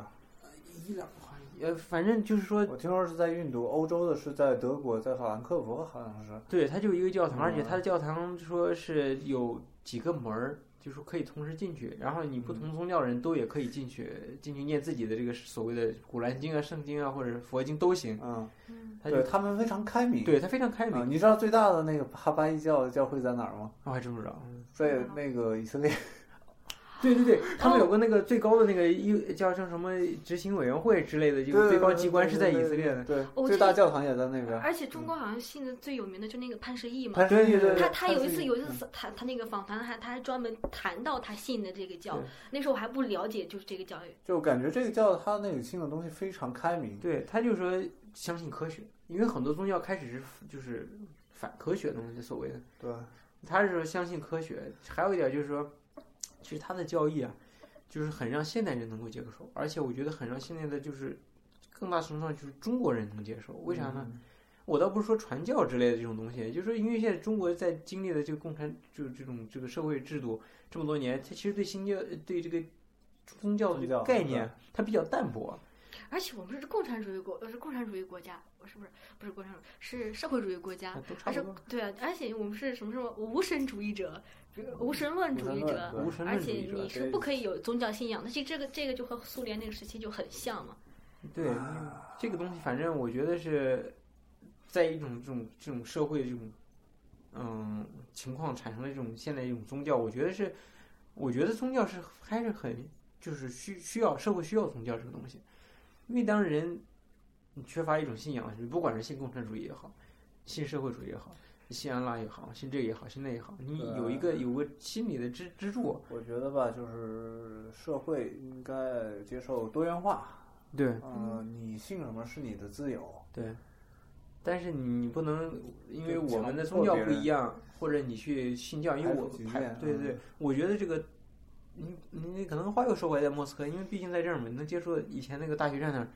[SPEAKER 3] 伊朗好像呃，反正就是说，
[SPEAKER 2] 我听说是在印度，欧洲的是在德国，在法兰克福好像是，
[SPEAKER 3] 对，它就一个教堂，
[SPEAKER 2] 嗯
[SPEAKER 3] 而且它的教堂说是有几个门儿，就是可以同时进去，然后你不同宗教人都也可以进去，进去念自己的这个所谓的古兰经啊、圣经啊或者佛经都行。
[SPEAKER 2] 嗯，
[SPEAKER 4] 嗯，
[SPEAKER 3] 它嗯
[SPEAKER 2] 对
[SPEAKER 3] 就
[SPEAKER 2] 他们非常开明。
[SPEAKER 3] 对它非常开
[SPEAKER 2] 啊，
[SPEAKER 3] 明，哦
[SPEAKER 2] 你知道最大的那个哈巴伊教的教会在哪儿吗？
[SPEAKER 3] 我还真不知道。
[SPEAKER 2] 在那个以色列。
[SPEAKER 3] 嗯对对对，他们有个那个最高的那个一叫叫什么执行委员会之类的，这个最高机关是在以色列的。
[SPEAKER 2] 对，
[SPEAKER 4] 我记
[SPEAKER 2] 最
[SPEAKER 4] 得
[SPEAKER 2] 大教堂也在那边。
[SPEAKER 4] 而且中国好像信的最有名的就那个潘石屹嘛，
[SPEAKER 2] 啊潘石屹
[SPEAKER 3] 对
[SPEAKER 2] 对，
[SPEAKER 4] 他
[SPEAKER 2] 对嗯
[SPEAKER 4] 他有一次有一，
[SPEAKER 2] 潘石
[SPEAKER 4] 次他他那个访谈还他还专门谈到他信的这个教
[SPEAKER 3] 对，
[SPEAKER 4] 那时候我还不了解就是这个教育，
[SPEAKER 2] 屹就感觉这个教他那个信的东西非常开明。
[SPEAKER 3] 对，他就说相信科学，因为很多宗教开始是就是反科学的东西，所谓的。
[SPEAKER 2] 对，
[SPEAKER 3] 他是说相信科学，还有一点就是说，其实他的教义啊，就是很让现代人能够接受，而且我觉得很让现在的就是更大程度上就是中国人能接受。为啥呢？
[SPEAKER 2] 嗯？
[SPEAKER 3] 我倒不是说传教之类的这种东西，就是说因为现在中国在经历的这个共产就是这种这个社会制度这么多年，它其实对新教对这个宗教的这个
[SPEAKER 2] 宗教
[SPEAKER 3] 概念它比较淡薄。
[SPEAKER 4] 而且我们是共产主义国，呃是共产主义国家，我是不是不是共产主义，是社会主义国家，
[SPEAKER 3] 都差
[SPEAKER 4] 而
[SPEAKER 3] 不
[SPEAKER 4] 且
[SPEAKER 3] 多，
[SPEAKER 4] 对啊，而且我们是什么什么无神主义者，比如无神论主义
[SPEAKER 2] 无神论
[SPEAKER 4] 者，
[SPEAKER 2] 对
[SPEAKER 3] 无神
[SPEAKER 4] 而
[SPEAKER 3] 论主
[SPEAKER 4] 且
[SPEAKER 3] 义者
[SPEAKER 4] 你，是不可以有宗教信仰的，其实这个这个就和苏联那个时期就很像嘛。
[SPEAKER 3] 对
[SPEAKER 2] 啊
[SPEAKER 3] 这个东西，反正我觉得是在一种这种这种社会这种嗯情况产生的这种现在一种宗教，我觉得是，我觉得宗教是还是很就是需需要社会需要宗教这个东西，因为当人你缺乏一种信仰，你不管是信共产主义也好，信社会主义也好。信安拉也好，信这个也好，信那也好，你
[SPEAKER 2] 对
[SPEAKER 3] 有一个有个心理的支支柱，
[SPEAKER 2] 我觉得吧，就是社会应该接受多元化。
[SPEAKER 3] 对
[SPEAKER 2] 呃，
[SPEAKER 4] 嗯
[SPEAKER 2] 你信什么是你的自由。
[SPEAKER 3] 对，但是你不能因为
[SPEAKER 2] 就
[SPEAKER 3] 我们的
[SPEAKER 2] 强
[SPEAKER 3] 宗
[SPEAKER 2] 迫
[SPEAKER 3] 教
[SPEAKER 2] 别
[SPEAKER 3] 不一
[SPEAKER 2] 人
[SPEAKER 3] 样，或者你去信教，因为
[SPEAKER 2] 排除
[SPEAKER 3] 我
[SPEAKER 2] 己
[SPEAKER 3] 排
[SPEAKER 2] 见
[SPEAKER 3] 对对
[SPEAKER 2] 嗯，
[SPEAKER 3] 我觉得这个，你你可能话又说回来，在莫斯科，因为毕竟在这儿嘛，你能接触以前那个大学站那儿，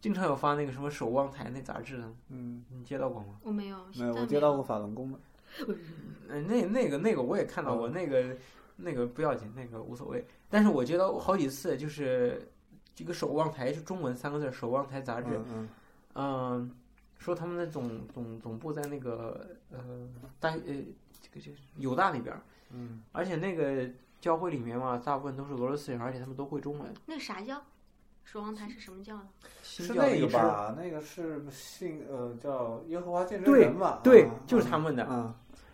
[SPEAKER 3] 经常有发那个什么守望台那杂志的，
[SPEAKER 2] 嗯，
[SPEAKER 3] 你接到过吗？
[SPEAKER 4] 我没有，
[SPEAKER 2] 没
[SPEAKER 4] 现
[SPEAKER 2] 有，
[SPEAKER 4] 在
[SPEAKER 2] 我
[SPEAKER 4] 没
[SPEAKER 2] 接到
[SPEAKER 4] 有。
[SPEAKER 2] 过法轮功的。
[SPEAKER 3] 呃，那那个那个我也看到过，
[SPEAKER 2] 嗯
[SPEAKER 3] 那个那个不要紧，那个无所谓。但是我接到过好几次，就是这个守望台，就中文三个字儿，守望台杂志，
[SPEAKER 2] 嗯嗯，
[SPEAKER 3] 嗯，说他们的总总总部在那个呃大呃这个这个犹大那边儿，
[SPEAKER 2] 嗯，
[SPEAKER 3] 而且那个教会里面嘛，大部分都是俄罗斯人，而且他们都会中文。
[SPEAKER 4] 那啥教？守望台是什么教呢？
[SPEAKER 3] 新
[SPEAKER 2] 是
[SPEAKER 3] 教
[SPEAKER 2] 那
[SPEAKER 3] 一
[SPEAKER 2] 个
[SPEAKER 3] 支？
[SPEAKER 2] 吧？那个是信呃叫耶和华见证
[SPEAKER 3] 对
[SPEAKER 2] 人吧？
[SPEAKER 3] 对
[SPEAKER 2] 嗯，
[SPEAKER 3] 就是他们的。
[SPEAKER 2] 嗯，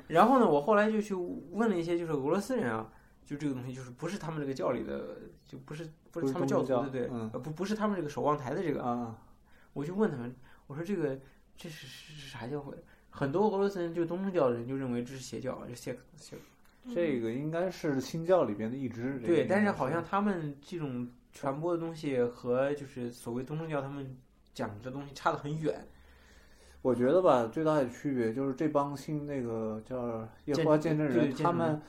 [SPEAKER 3] 然后呢，我后来就去问了一些，就是俄罗斯人啊，就这个东西，就是不是他们这个教里的，就不是不
[SPEAKER 2] 不
[SPEAKER 3] 是
[SPEAKER 2] 是
[SPEAKER 3] 他们
[SPEAKER 2] 东
[SPEAKER 3] 教
[SPEAKER 2] 正
[SPEAKER 3] 徒的，对，
[SPEAKER 2] 教嗯
[SPEAKER 3] 呃不不是他们这个守望台的这个，
[SPEAKER 2] 啊，
[SPEAKER 3] 我就问他们，我说这个这是是是啥教会？很多俄罗斯人就东正教的人就认为这是邪教，就邪邪
[SPEAKER 2] 这个应该是新教里边的一支。这个
[SPEAKER 3] 对，
[SPEAKER 2] 应
[SPEAKER 3] 但
[SPEAKER 2] 该
[SPEAKER 3] 是好像他们这种传播的东西和就是所谓东正教他们讲的东西差得很远。
[SPEAKER 2] 我觉得吧，最大的区别就是这帮信那个叫耶和华见证
[SPEAKER 3] 见对
[SPEAKER 2] 人，
[SPEAKER 3] 见证
[SPEAKER 2] 他们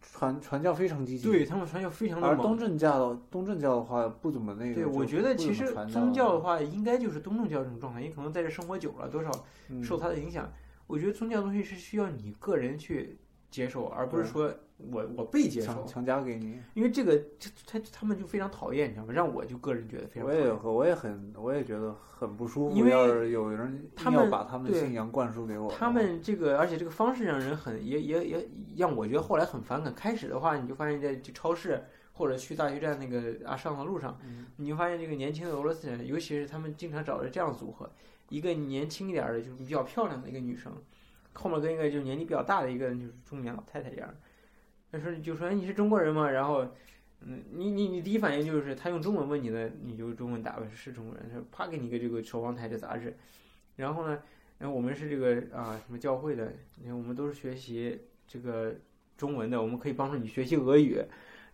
[SPEAKER 2] 传传教非常积极，
[SPEAKER 3] 对他们传教非常的
[SPEAKER 2] 而东
[SPEAKER 3] 猛。
[SPEAKER 2] 正教的东正教的话不怎么那个。
[SPEAKER 3] 对，
[SPEAKER 2] 就
[SPEAKER 3] 我觉得
[SPEAKER 2] 不怎
[SPEAKER 3] 其
[SPEAKER 2] 么
[SPEAKER 3] 实
[SPEAKER 2] 传
[SPEAKER 3] 宗教的
[SPEAKER 2] 教，
[SPEAKER 3] 话，应该就是东正教这种状态，也可能在这生活久了，多少
[SPEAKER 2] 嗯
[SPEAKER 3] 受它的影响。我觉得宗教东西是需要你个人去接受，而不是
[SPEAKER 2] 对
[SPEAKER 3] 说我我被接
[SPEAKER 2] 强
[SPEAKER 3] 受，
[SPEAKER 2] 强加给你。
[SPEAKER 3] 因为这个这他他们就非常讨厌，你知道吗？让我就个人觉得非常
[SPEAKER 2] 我
[SPEAKER 3] 讨厌
[SPEAKER 2] 也。我也很我也觉得很不舒
[SPEAKER 3] 因
[SPEAKER 2] 服，
[SPEAKER 3] 为
[SPEAKER 2] 要是有人硬
[SPEAKER 3] 他们
[SPEAKER 2] 要把他们的
[SPEAKER 3] 对
[SPEAKER 2] 信仰灌输给我，哦
[SPEAKER 3] 他们这个，而且这个方式让人很也也也让我觉得后来很反感。开始的话，你就发现在这超市或者去大学站那个阿尚的路上，
[SPEAKER 2] 嗯
[SPEAKER 3] 你会发现这个年轻的俄罗斯人，尤其是他们经常找的这样组合，一个年轻一点儿的，就是比较漂亮的一个女生，后面跟一个就是年龄比较大的一个就是中年老太太这样，但是就说哎你是中国人吗？然后。嗯，你你你第一反应就是他用中文问你的，你就中文答问是中国人，他啪给你一个这个《守望台》的杂志，然后呢，然后我们是这个啊、什么教会的，你看我们都是学习这个中文的，我们可以帮助你学习俄语，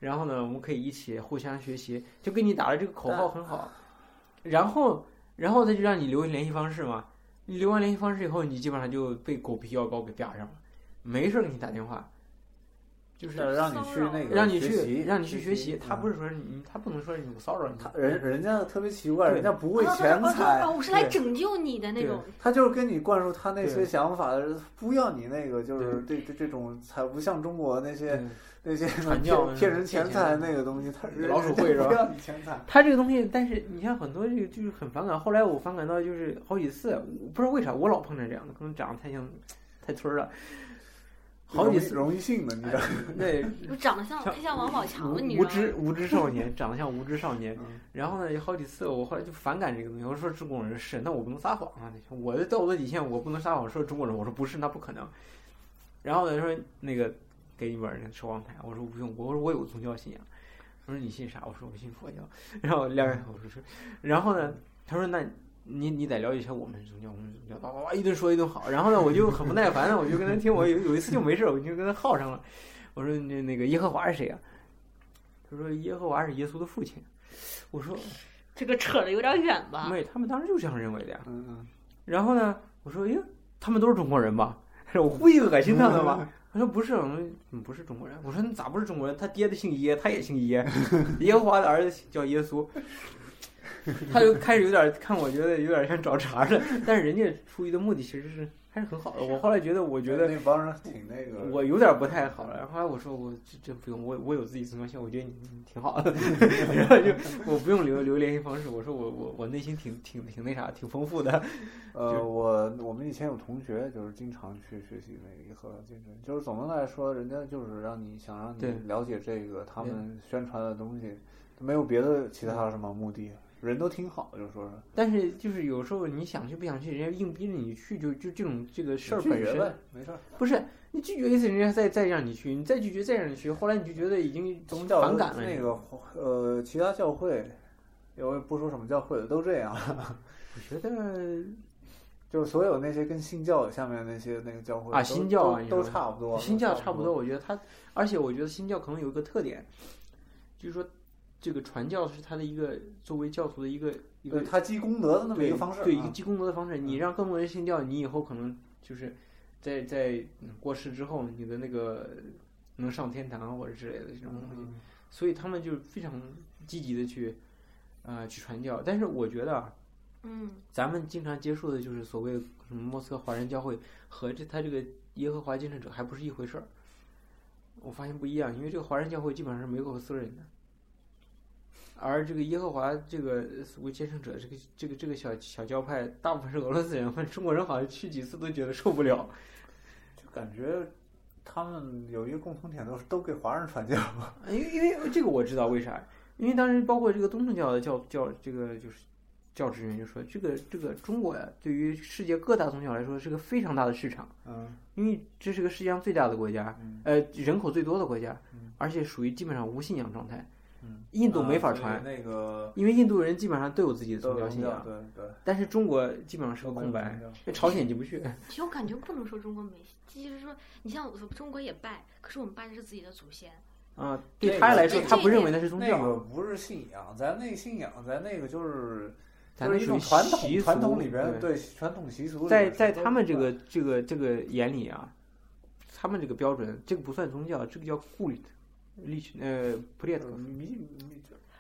[SPEAKER 3] 然后呢，我们可以一起互相学习，就给你打了这个口号很好，然后然后他就让你留联系方式嘛，你留完联系方式以后，你基本上就被狗皮药膏给啪上了，没事儿给你打电话，就是
[SPEAKER 2] 是让你去那个
[SPEAKER 3] 让你
[SPEAKER 2] 学习
[SPEAKER 3] 去，让你去学
[SPEAKER 2] 习
[SPEAKER 3] 习，，他
[SPEAKER 2] 嗯
[SPEAKER 3] 不是说你，他不能说你骚扰你，
[SPEAKER 2] 他人人家特别奇怪，
[SPEAKER 3] 对
[SPEAKER 2] 人家不为 钱财
[SPEAKER 4] 啊，我是来
[SPEAKER 2] 对
[SPEAKER 4] 拯救你的那种。
[SPEAKER 2] 他就是跟你灌输他那些
[SPEAKER 3] 对
[SPEAKER 2] 想法，不要你那个，就是这这这种才不像中国那些
[SPEAKER 3] 嗯
[SPEAKER 2] 那些
[SPEAKER 3] 传
[SPEAKER 2] 骗
[SPEAKER 3] 教
[SPEAKER 2] 骗人
[SPEAKER 3] 骗
[SPEAKER 2] 钱
[SPEAKER 3] 钱嗯
[SPEAKER 2] 财那个东西，他人
[SPEAKER 3] 老鼠会是吧
[SPEAKER 2] 不要你钱财，
[SPEAKER 3] 他这个东西，但是你看很多这个就是很反感。后来我反感到就是好几次，我不知道为啥我老碰着这样的，可能长得太像太村儿了， 好几次哎
[SPEAKER 2] 容易容易信的，你知道吗？
[SPEAKER 3] 对
[SPEAKER 4] 我长得像，太像王宝强
[SPEAKER 3] 无
[SPEAKER 4] 了，你
[SPEAKER 3] 无
[SPEAKER 4] 知
[SPEAKER 3] 知无知少年，长得像无知少年。
[SPEAKER 2] 嗯
[SPEAKER 3] 然后呢，有好几次我后来就反感这个东西，我说中国人是，那我不能撒谎啊！我的道德底线我不能撒谎，说中国人，我说不是，那不可能。然后呢，说那个给你本儿那个守望台，我说不用，我说我有宗教信仰。他说你信啥？我说我信佛教。 然后两个人我说是，然后呢，他说那你你得了解一下我们宗教，我们宗教，哇哇哇一顿说一顿好。然后呢，我就很不耐烦了，我就跟他听，我有有一次就没事儿，我就跟他耗上了。我说那那个耶和华是谁啊？他说耶和华是耶稣的父亲。我说
[SPEAKER 4] 这个扯的有点远吧？
[SPEAKER 3] 妹，他们当时就这样认为的呀。
[SPEAKER 2] 嗯嗯，
[SPEAKER 3] 然后呢，我说，哟，他们都是中国人吧？ 我故意恶心他们吧？他说不是，我们嗯不是中国人。我说你咋不是中国人？他爹的姓耶，他也姓耶， 耶和华的儿子叫耶稣。 他就开始有点看，我觉得有点像找茬了。但是人家出于的目的其实是还是很好的。我后来觉得，我觉得
[SPEAKER 2] 那帮人挺那个，
[SPEAKER 3] 我有点不太好了。然后后来我说我这这不用，我我有自己宗教信仰，我觉得你你挺好的。 然后就我不用留留联系方式，我说我我我内心挺挺挺那啥，挺丰富的。
[SPEAKER 2] 呃，
[SPEAKER 3] 就
[SPEAKER 2] 我我们以前有同学就是经常去学习那个银河竞争，就是总的来说，人家就是让你想让你
[SPEAKER 3] 对
[SPEAKER 2] 了解这个他
[SPEAKER 3] 对
[SPEAKER 2] 们宣传的东西，没有别的其他什么目的，人都挺好，就说是
[SPEAKER 3] 但是就是有时候你想去不想去，人家硬逼着你去，就就这种这个事儿
[SPEAKER 2] 拒
[SPEAKER 3] 本
[SPEAKER 2] 绝呗
[SPEAKER 3] 身，
[SPEAKER 2] 没事儿，
[SPEAKER 3] 不是你拒绝一次，人家再再让你去，你再拒绝再让你去，后来你就觉得已经
[SPEAKER 2] 宗教
[SPEAKER 3] 反感了。
[SPEAKER 2] 那个呃，其他教会，我也不说什么教会了，都这样，
[SPEAKER 3] 我觉得
[SPEAKER 2] 就是所有那些跟新教下面那些那个教会
[SPEAKER 3] 啊
[SPEAKER 2] 都
[SPEAKER 3] 新教啊
[SPEAKER 2] 都
[SPEAKER 3] 你
[SPEAKER 2] 都
[SPEAKER 3] 说
[SPEAKER 2] 差不多，
[SPEAKER 3] 新教
[SPEAKER 2] 都
[SPEAKER 3] 差
[SPEAKER 2] 差
[SPEAKER 3] 不多，，我觉得它，而且我觉得新教可能有一个特点，就是说这个传教是它的一个作为教徒的一个一个
[SPEAKER 2] 对，他积功德的那么一个
[SPEAKER 3] 对
[SPEAKER 2] 方式，
[SPEAKER 3] 对一
[SPEAKER 2] 啊
[SPEAKER 3] 个积功德的方式。你让更多人信教，你以后可能就是在在嗯过世之后，你的那个能上天堂或者之类的这种东西。
[SPEAKER 2] 嗯
[SPEAKER 3] 所以他们就非常积极的去呃去传教。但是我觉得啊，
[SPEAKER 4] 嗯，
[SPEAKER 3] 咱们经常接触的就是所谓的什么莫斯科华人教会和这他这个耶和华见证者还不是一回事儿。我发现不一样，因为这个华人教会基本上是没有俄罗斯人的，而这个耶和华这个所谓见证者这个这个这个小小教派，大部分是俄罗斯人，中国人好像去几次都觉得受不了。
[SPEAKER 2] 就感觉他们有一个共同点，都是都给华人传教。
[SPEAKER 3] 因为因为这个我知道为啥，因为当时包括这个东正教的教教这个就是教职员就说，这个这个中国呀，对于世界各大宗教来说是个非常大的市场，
[SPEAKER 2] 嗯
[SPEAKER 3] 因为这是个世界上最大的国家，
[SPEAKER 2] 嗯
[SPEAKER 3] 呃，人口最多的国家
[SPEAKER 2] 嗯，
[SPEAKER 3] 而且属于基本上无信仰状态。
[SPEAKER 2] 嗯，
[SPEAKER 3] 印度没法
[SPEAKER 2] 啊所以
[SPEAKER 3] 传，
[SPEAKER 2] 那个
[SPEAKER 3] 因为印度人基本上都有自己的
[SPEAKER 2] 都
[SPEAKER 3] 宗
[SPEAKER 2] 有
[SPEAKER 3] 教信仰，
[SPEAKER 2] 对对，
[SPEAKER 3] 但是中国基本上是个
[SPEAKER 2] 都没
[SPEAKER 3] 空
[SPEAKER 2] 有
[SPEAKER 3] 白
[SPEAKER 2] 宗教。
[SPEAKER 3] 那朝鲜进不去，
[SPEAKER 4] 其实我感觉不能说中国没，就是说你像我中国也拜，可是我们拜的是自己的祖先。
[SPEAKER 3] 啊，
[SPEAKER 2] 这
[SPEAKER 3] 对他来
[SPEAKER 4] 这
[SPEAKER 3] 说，
[SPEAKER 4] 这
[SPEAKER 3] 他不认为那是宗
[SPEAKER 2] 那个
[SPEAKER 3] 教，
[SPEAKER 2] 不是信仰，咱那个信仰，咱那个就是
[SPEAKER 3] 咱
[SPEAKER 2] 就是
[SPEAKER 3] 们
[SPEAKER 2] 一
[SPEAKER 3] 属
[SPEAKER 2] 种
[SPEAKER 3] 于
[SPEAKER 2] 传
[SPEAKER 3] 习
[SPEAKER 2] 统
[SPEAKER 3] 俗
[SPEAKER 2] 传统里边
[SPEAKER 3] 对
[SPEAKER 2] 对传统习俗里
[SPEAKER 3] 在
[SPEAKER 2] 边，
[SPEAKER 3] 在
[SPEAKER 2] 什
[SPEAKER 3] 他
[SPEAKER 2] 么都
[SPEAKER 3] 们这
[SPEAKER 2] 不管
[SPEAKER 3] 个这个这个眼里啊，他们这个标准，这个不算宗教，这个叫顾虑，利群呃普列特，
[SPEAKER 2] 呃迷迷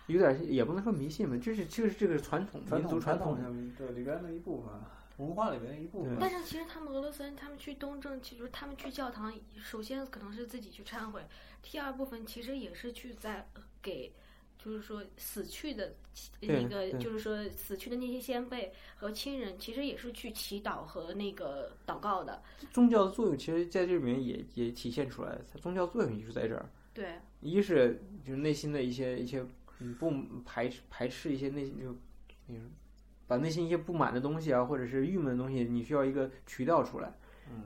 [SPEAKER 3] 有点也不能说迷信吧，就是就是这个传统
[SPEAKER 2] 传
[SPEAKER 3] 民族
[SPEAKER 2] 统传
[SPEAKER 3] 传
[SPEAKER 2] 统
[SPEAKER 3] 统
[SPEAKER 2] 上面对里边的一部分，啊文化里边的一部分啊
[SPEAKER 3] 对。
[SPEAKER 4] 但是其实他们俄罗斯人，他们去东正，其实他们去教堂，首先可能是自己去忏悔，第二部分其实也是去在呃给，就是说死去的
[SPEAKER 3] 对
[SPEAKER 4] 那个，
[SPEAKER 3] 对
[SPEAKER 4] 就是说死去的那些先辈和亲人，其实也是去祈祷和那个祷告的。
[SPEAKER 3] 宗教的作用，其实在这里面也也体现出来了，它宗教作用也是在这儿。
[SPEAKER 4] 对，
[SPEAKER 3] 一是就是内心的一些一些嗯不排斥排斥一些内心就嗯把内心一些不满的东西啊，或者是郁闷的东西，你需要一个渠道出来。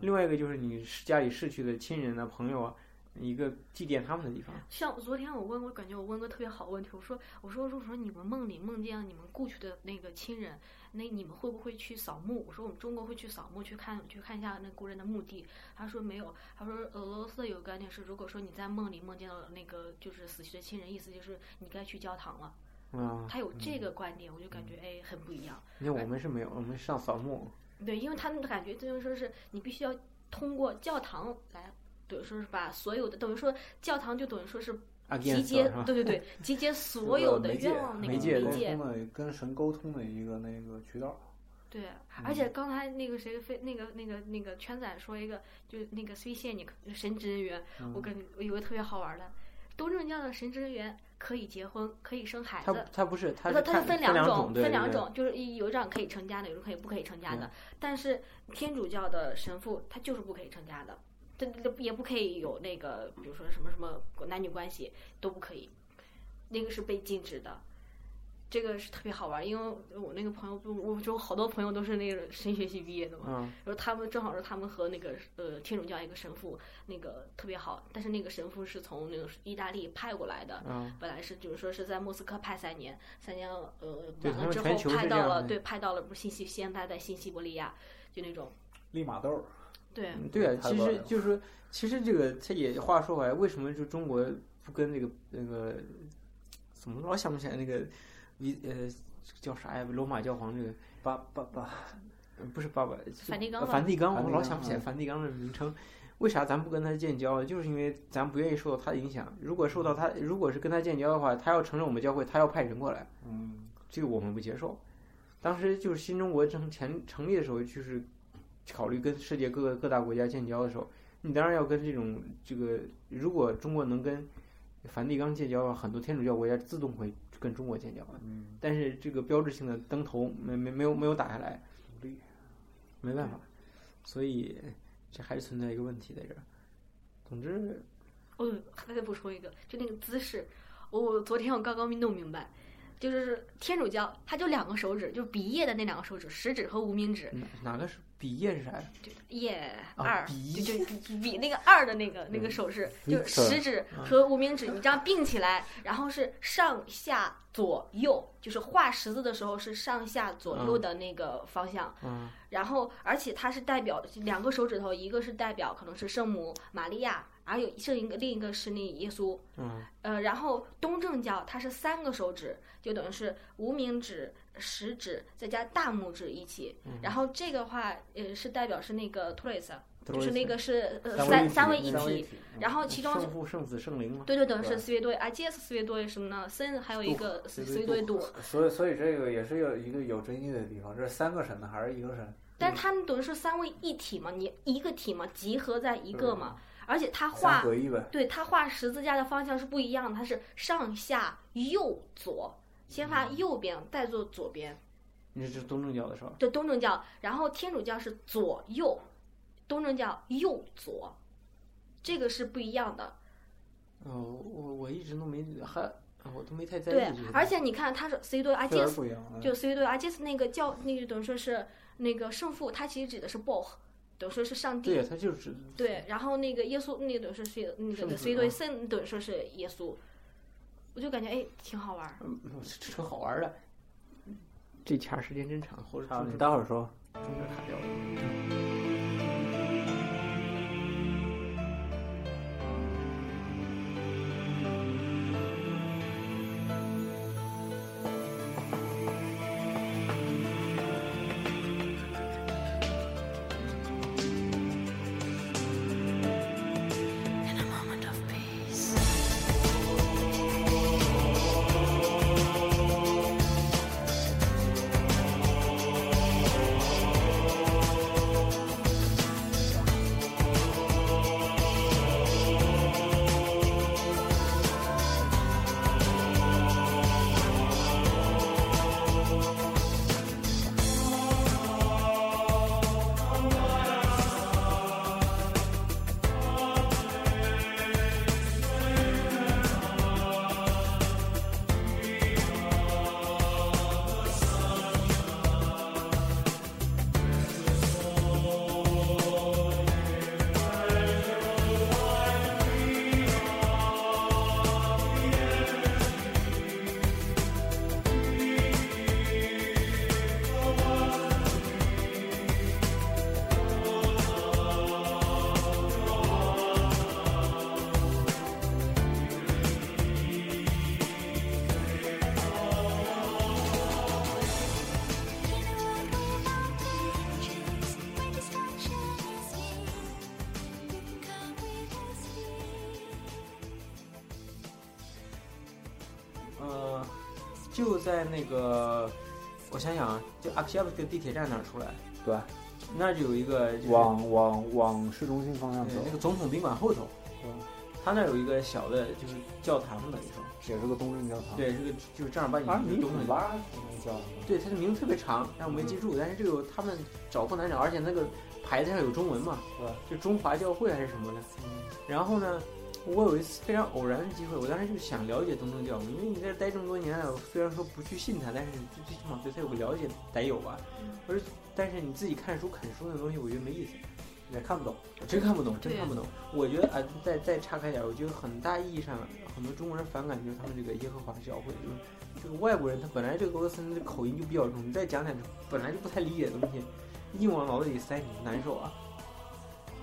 [SPEAKER 3] 另外一个就是你是家里逝去的亲人啊、朋友啊，一个祭奠他们的地方。
[SPEAKER 4] 像昨天我问，我感觉我问个特别好问题，我说我说我说我说你们梦里梦见你们故去的那个亲人，那你们会不会去扫墓？我说我们中国会去扫墓，去看去看一下那故人的墓地。他说没有，他说俄罗斯有个概念是，如果说你在梦里梦见了那个就是死去的亲人，意思就是你该去教堂了。
[SPEAKER 3] 啊，
[SPEAKER 4] 他有这个观点，我就感觉哎很不一样。
[SPEAKER 3] 你看我们是没有，我们上扫墓。
[SPEAKER 4] 对，因为他们感觉就是说是你必须要通过教堂来，等于说是把所有的等于说教堂就等于说是集
[SPEAKER 3] against
[SPEAKER 4] 结
[SPEAKER 3] 是，吧？
[SPEAKER 4] 对对对，集结 所有的愿望那个
[SPEAKER 3] 媒
[SPEAKER 4] 媒
[SPEAKER 3] 介
[SPEAKER 2] 沟
[SPEAKER 4] 介
[SPEAKER 2] 通，的跟神沟通的一个那个渠道，
[SPEAKER 4] 对。
[SPEAKER 3] 嗯
[SPEAKER 4] 而且刚才那个谁非那个那个那个圈仔说一个，就是那个崔现你神职人员，
[SPEAKER 3] 嗯
[SPEAKER 2] 嗯
[SPEAKER 4] 我感觉我有个特别好玩的，东正教的神职人员可以结婚，可以生孩
[SPEAKER 3] 他
[SPEAKER 4] 子，
[SPEAKER 3] 他不是，他
[SPEAKER 4] 它
[SPEAKER 3] 是
[SPEAKER 4] 它
[SPEAKER 3] 看
[SPEAKER 4] 是分
[SPEAKER 3] 两
[SPEAKER 4] 种，
[SPEAKER 3] 对
[SPEAKER 4] 分两
[SPEAKER 3] 对嗯
[SPEAKER 4] 种，就是一有一种可以成家的，有一种可以不可以成家的。但是天主教的神父他就是不可以成家的，这这也不可以有那个，比如说什么什么男女关系都不可以，那个是被禁止的。这个是特别好玩儿，因为我那个朋友，我就好多朋友都是那个神学系毕业的嘛，
[SPEAKER 3] 嗯，
[SPEAKER 4] 然后他们正好是他们和那个呃天主教一个神父那个特别好，但是那个神父是从那个意大利派过来的，
[SPEAKER 3] 嗯
[SPEAKER 4] 本来是就是说是在莫斯科派三年，三年呃
[SPEAKER 3] 对
[SPEAKER 4] 完了
[SPEAKER 3] 他们
[SPEAKER 4] 之
[SPEAKER 3] 全
[SPEAKER 4] 后
[SPEAKER 3] 球是
[SPEAKER 4] 派
[SPEAKER 3] 这
[SPEAKER 4] 到
[SPEAKER 3] 样
[SPEAKER 4] 了
[SPEAKER 3] 的
[SPEAKER 4] 对派到了不是新西现在在新西伯利亚就那种
[SPEAKER 2] 利玛窦儿，
[SPEAKER 4] 对
[SPEAKER 3] 嗯对啊，
[SPEAKER 2] 太
[SPEAKER 3] 其
[SPEAKER 2] 乱
[SPEAKER 3] 实
[SPEAKER 2] 了
[SPEAKER 3] 就是说其实这个他也话说回来，为什么就中国不跟那个那个怎么老想不起来那个一呃叫啥呀？罗马教皇这个
[SPEAKER 2] 巴巴巴，
[SPEAKER 3] 呃不是爸爸
[SPEAKER 4] 梵蒂冈吧
[SPEAKER 3] 梵蒂冈，
[SPEAKER 2] 梵
[SPEAKER 3] 我
[SPEAKER 2] 蒂
[SPEAKER 3] 老
[SPEAKER 2] 冈
[SPEAKER 3] 想不起来
[SPEAKER 2] 嗯
[SPEAKER 3] 梵蒂冈的名称。为啥咱不跟他建交？就是因为咱不愿意受到他的影响。如果受到他，如果是跟他建交的话，他要承认我们教会，他要派人过来。
[SPEAKER 2] 嗯，
[SPEAKER 3] 这个我们不接受。当时就是新中国成前成立的时候，就是考虑跟世界各个各大国家建交的时候，你当然要跟这种这个，如果中国能跟梵蒂冈建交的话，很多天主教国家自动会跟中国建交。
[SPEAKER 2] 嗯，
[SPEAKER 3] 但是这个标志性的灯头没没没有没有打下来，
[SPEAKER 2] 努力，
[SPEAKER 3] 没办法，所以这还是存在一个问题在这儿。总之，
[SPEAKER 4] 哦，还再补充一个，就那个姿势，我、我昨天我刚刚弄明白，就是天主教他就两个手指，就是鼻叶的那两个手指，食指和无名指，
[SPEAKER 3] 哪哪个是比耶是啥呀？
[SPEAKER 4] 就耶
[SPEAKER 3] 啊
[SPEAKER 4] 二，
[SPEAKER 3] 比
[SPEAKER 4] 就就比比那个二的那个那个手势，就是食指和无名指，你这样并起来，然后是上下左右，就是画十字的时候是上下左右的那个方向，
[SPEAKER 3] 嗯，
[SPEAKER 4] 然后而且它是代表两个手指头，一个是代表可能是圣母玛利亚，还有剩一个另一个是那耶稣，
[SPEAKER 3] 嗯，
[SPEAKER 4] 呃，然后东正教它是三个手指，就等于是无名指、食指再加大拇指一起。然后这个话，呃，是代表是那个 t r a c e 就是那个是呃三三位一
[SPEAKER 2] 三位
[SPEAKER 4] 体。
[SPEAKER 2] 体，
[SPEAKER 4] 然后其中
[SPEAKER 3] 嗯圣父、圣子、圣灵嘛。
[SPEAKER 4] 对对等于
[SPEAKER 2] 对
[SPEAKER 4] 是 s v i d o i g s v i d o i 什么呢 s 还有一个 s v i d o i
[SPEAKER 2] 嗯所以所以这个也是有一个有争议的地方，这是三个神呢还是一个神？
[SPEAKER 4] 但是他们等于是三位一体嘛，你一个体嘛，集合在一个嘛，而且它
[SPEAKER 2] 三
[SPEAKER 4] 画
[SPEAKER 2] 合一呗，
[SPEAKER 4] 对，它画十字架的方向是不一样的，它是上下右左，先画右边，再做左边。
[SPEAKER 3] 你是东正教的是吧？
[SPEAKER 4] 对，东正教，然后天主教是左右，东正教右左，这个是不一样的。
[SPEAKER 3] 哦，我我一直都没还我都没太在
[SPEAKER 4] 对
[SPEAKER 3] 意这个。，
[SPEAKER 4] 而且你看，它是 C 对 I
[SPEAKER 2] 确
[SPEAKER 4] G
[SPEAKER 3] 啊
[SPEAKER 2] 实
[SPEAKER 4] S，
[SPEAKER 2] 不一样，啊
[SPEAKER 4] 就 C 对 I G S 那个教，那个等于说是那个圣父，它其实指的是 Boh，等于说是上帝
[SPEAKER 3] 对，。他就是
[SPEAKER 4] 对，然后那个耶稣，那个等于说是那
[SPEAKER 3] 圣
[SPEAKER 4] 个
[SPEAKER 3] 子
[SPEAKER 4] C 对
[SPEAKER 3] 啊
[SPEAKER 4] 圣，等于说是耶稣，我就感觉哎挺好玩儿。
[SPEAKER 3] 这车好玩儿的。这掐时间真长，或者
[SPEAKER 2] 好，
[SPEAKER 3] 中
[SPEAKER 2] 你
[SPEAKER 3] 间
[SPEAKER 2] 待会儿说。
[SPEAKER 3] 中间卡掉了。
[SPEAKER 1] In a moment of peace.
[SPEAKER 3] 呃就在那个，我想想啊，就阿克西亚夫斯克地铁站那儿出来，
[SPEAKER 2] 对，
[SPEAKER 3] 那儿就有一个就是
[SPEAKER 2] 往往往市中心方向
[SPEAKER 3] 对
[SPEAKER 2] 走，
[SPEAKER 3] 那个总统宾馆后头
[SPEAKER 2] 嗯，
[SPEAKER 3] 他那儿有一个小的就是教堂等于说，
[SPEAKER 2] 也是个东正教堂。，
[SPEAKER 3] 对，是个就是啊正儿八经
[SPEAKER 2] 而
[SPEAKER 3] 的
[SPEAKER 2] 米
[SPEAKER 3] 东
[SPEAKER 2] 普
[SPEAKER 3] 正
[SPEAKER 2] 拉可能叫什么？
[SPEAKER 3] 对，它的名字特别长，但我没记住。但是这个他们找不难找，而且那个牌子上有中文嘛，就中华教会还是什么的。然后呢，我有一次非常偶然的机会，我当时就想了解东正教，因为你在这待这么多年了，啊虽然说不去信它，但是你最起码对它有个了解得有吧。我说，但是你自己看书啃书那东西，我觉得没意思，
[SPEAKER 2] 也看不懂。
[SPEAKER 3] 我真看不懂，真
[SPEAKER 4] 对
[SPEAKER 3] 看不懂。我觉得啊，再再岔开点儿，我觉得很大意义上，很多中国人反感就是他们这个耶和华教会，就是这个外国人他本来这个俄罗斯人的口音就比较重，你再讲点本来就不太理解的东西，硬往脑子里塞，你难受啊。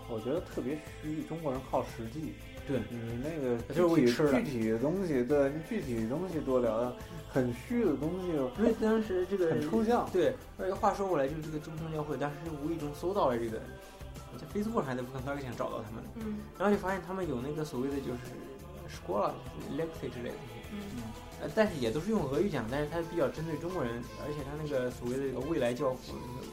[SPEAKER 2] 我觉得特别虚，中国人靠实际。
[SPEAKER 3] 对
[SPEAKER 2] 你那个
[SPEAKER 3] 就
[SPEAKER 2] 具
[SPEAKER 3] 是为
[SPEAKER 2] 体
[SPEAKER 3] 吃的
[SPEAKER 2] 具体的东西，对你具体的东西多聊聊，很虚的东西
[SPEAKER 3] 因为当时这个
[SPEAKER 2] 很抽象。
[SPEAKER 3] 对，而且话说回来，就是这个中正教会，当时无意中搜到了这个，我在 Facebook 上还在不可能想找到他们，
[SPEAKER 4] 嗯
[SPEAKER 3] 然后就发现他们有那个所谓的就是 s c h o l a l e x i 之类的东西，
[SPEAKER 4] 嗯
[SPEAKER 3] 呃，但是也都是用俄语讲，但是它比较针对中国人，而且它那个所谓的这个未来教父，那个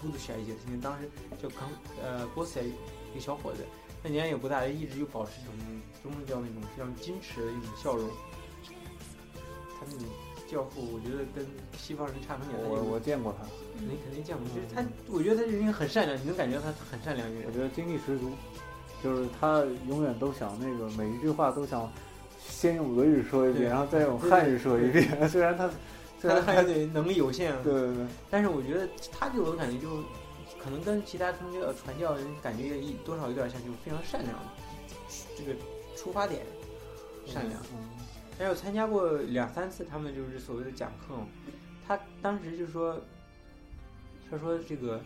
[SPEAKER 3] 布鲁什一些，因为当时叫刚呃波塞一个小伙子，那年龄也不大，一直就保持一种中正教那种非常矜持的一种笑容，他那种教父，我觉得跟西方人差很远，他
[SPEAKER 2] 我
[SPEAKER 3] 有
[SPEAKER 2] 我见过他，
[SPEAKER 3] 你肯定见过，
[SPEAKER 2] 嗯
[SPEAKER 3] 就是他，我觉得他人很善良，你能感觉到他很善良一个
[SPEAKER 2] 我
[SPEAKER 3] 人。
[SPEAKER 2] 觉得精力十足，就是他永远都想那个每一句话都想先用俄语说一遍，
[SPEAKER 3] 对
[SPEAKER 2] 然后再用汉语说一遍。虽然他虽
[SPEAKER 3] 他的
[SPEAKER 2] 然
[SPEAKER 3] 汉语能力能力有限，啊
[SPEAKER 2] 对啊对对，
[SPEAKER 3] 但是我觉得他给我的感觉就，可能跟其他宗教传教人感觉也多少有点像，就非常善良，这个出发点善良。
[SPEAKER 2] 嗯
[SPEAKER 3] 但是我参加过两三次他们就是所谓的讲课嘛，他当时就说，他说这个，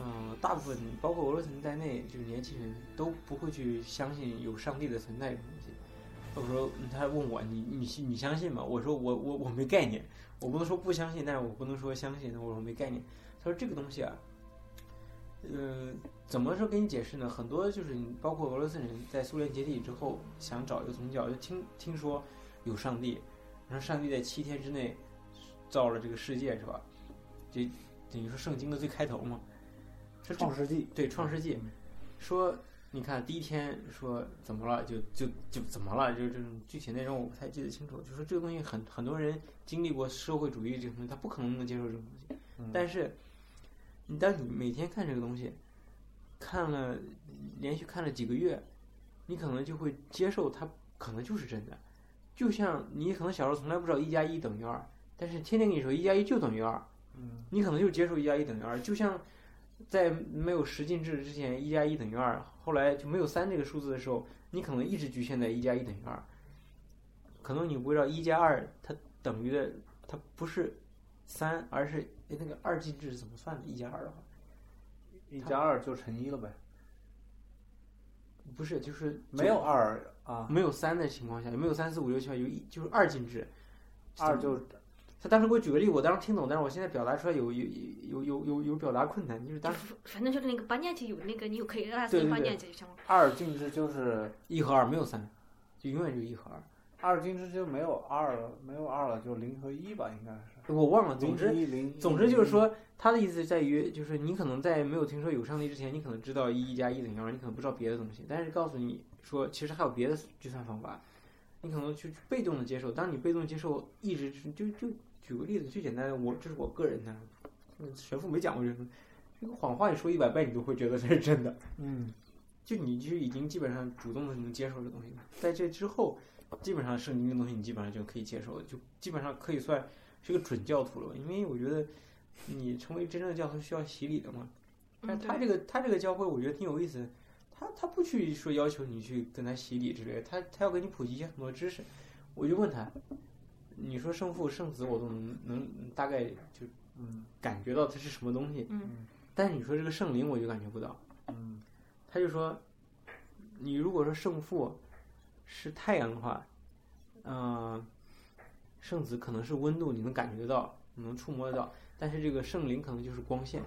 [SPEAKER 3] 嗯、大部分包括俄罗斯人在内，就是年轻人都不会去相信有上帝的存在这种东西。我说，嗯他问我你你信你相信吗？我说我我我没概念，我不能说不相信，但是我不能说相信，我说没概念。他说这个东西啊，嗯、怎么说给你解释呢？很多就是你包括俄罗斯人在苏联解体之后想找一个宗教，就听听说有上帝，然后上帝在七天之内造了这个世界，是吧？就等于说圣经的最开头嘛，说
[SPEAKER 2] 嗯，
[SPEAKER 3] 这
[SPEAKER 2] 创世纪
[SPEAKER 3] 对《创世纪》，说你看第一天说怎么了，就就就怎么了，就是这种具体内容我不太记得清楚。就说这个东西很很多人经历过社会主义这种东西，他不可能能接受这种东西。
[SPEAKER 2] 嗯
[SPEAKER 3] 但是你当你每天看这个东西，看了连续看了几个月，你可能就会接受它可能就是真的。就像你可能小时候从来不知道一加一等于二，但是天天跟你说一加一就等于二，
[SPEAKER 2] 嗯，
[SPEAKER 3] 你可能就接受一加一等于二，就像在没有十进制之前，一加一等于二，后来就没有三这个数字的时候，你可能一直局限在一加一等于二，可能你不知道一加二它等于的它不是三，而是诶那个二进制是怎么算的？一加二的话，嗯
[SPEAKER 2] 一加二就乘一了呗，
[SPEAKER 3] 不是就是
[SPEAKER 2] 没有二啊，
[SPEAKER 3] 没有三的情况下，没有三四五六七八有一就是二进制，
[SPEAKER 2] 二就
[SPEAKER 3] 嗯他当时给我举个例，我当时听懂，但是我现在表达出来有有有有有有表达困难，就是当时
[SPEAKER 4] 反正就是那个八年级有那个你有可以拉
[SPEAKER 3] 对
[SPEAKER 4] 斯
[SPEAKER 3] 对
[SPEAKER 4] 八
[SPEAKER 3] 对
[SPEAKER 4] 年级就行了。
[SPEAKER 2] 二进制就是
[SPEAKER 3] 一和二没有三，就永远就一和二。
[SPEAKER 2] 二进制就没有二了，没有二了就零和一吧，应该是。
[SPEAKER 3] 我忘了，总之
[SPEAKER 2] 零一零，
[SPEAKER 3] 总之就是，说，他的意思在于，就是你可能在没有听说有上帝之前，你可能知道一加一等于二，你可能不知道别的东西，但是告诉你说，其实还有别的计算方法，你可能去被动的接受。当你被动接受，一直就就举个例子，最简单的，我这是我个人的，嗯神父没讲过这个东西，这个谎话你说一百遍，你都会觉得这是真的。
[SPEAKER 2] 嗯，
[SPEAKER 3] 就你就已经基本上主动的能接受这个东西了，在这之后，基本上圣经的东西你基本上就可以接受，就基本上可以算是个准教徒了。因为我觉得你成为真正的教徒需要洗礼的嘛。但
[SPEAKER 4] 嗯，
[SPEAKER 3] 是他
[SPEAKER 4] 对，
[SPEAKER 3] 这个他这个教会我觉得挺有意思，他他不去说要求你去跟他洗礼之类的，他他要给你普及一些很多知识。我就问他，你说圣父圣子我都能能大概就
[SPEAKER 2] 嗯
[SPEAKER 3] 感觉到它是什么东西，
[SPEAKER 4] 嗯
[SPEAKER 3] 但是你说这个圣灵我就感觉不到。
[SPEAKER 2] 嗯
[SPEAKER 3] 他就说，你如果说圣父是太阳的话，嗯、圣子可能是温度，你能感觉得到，你能触摸得到，但是这个圣灵可能就是光线。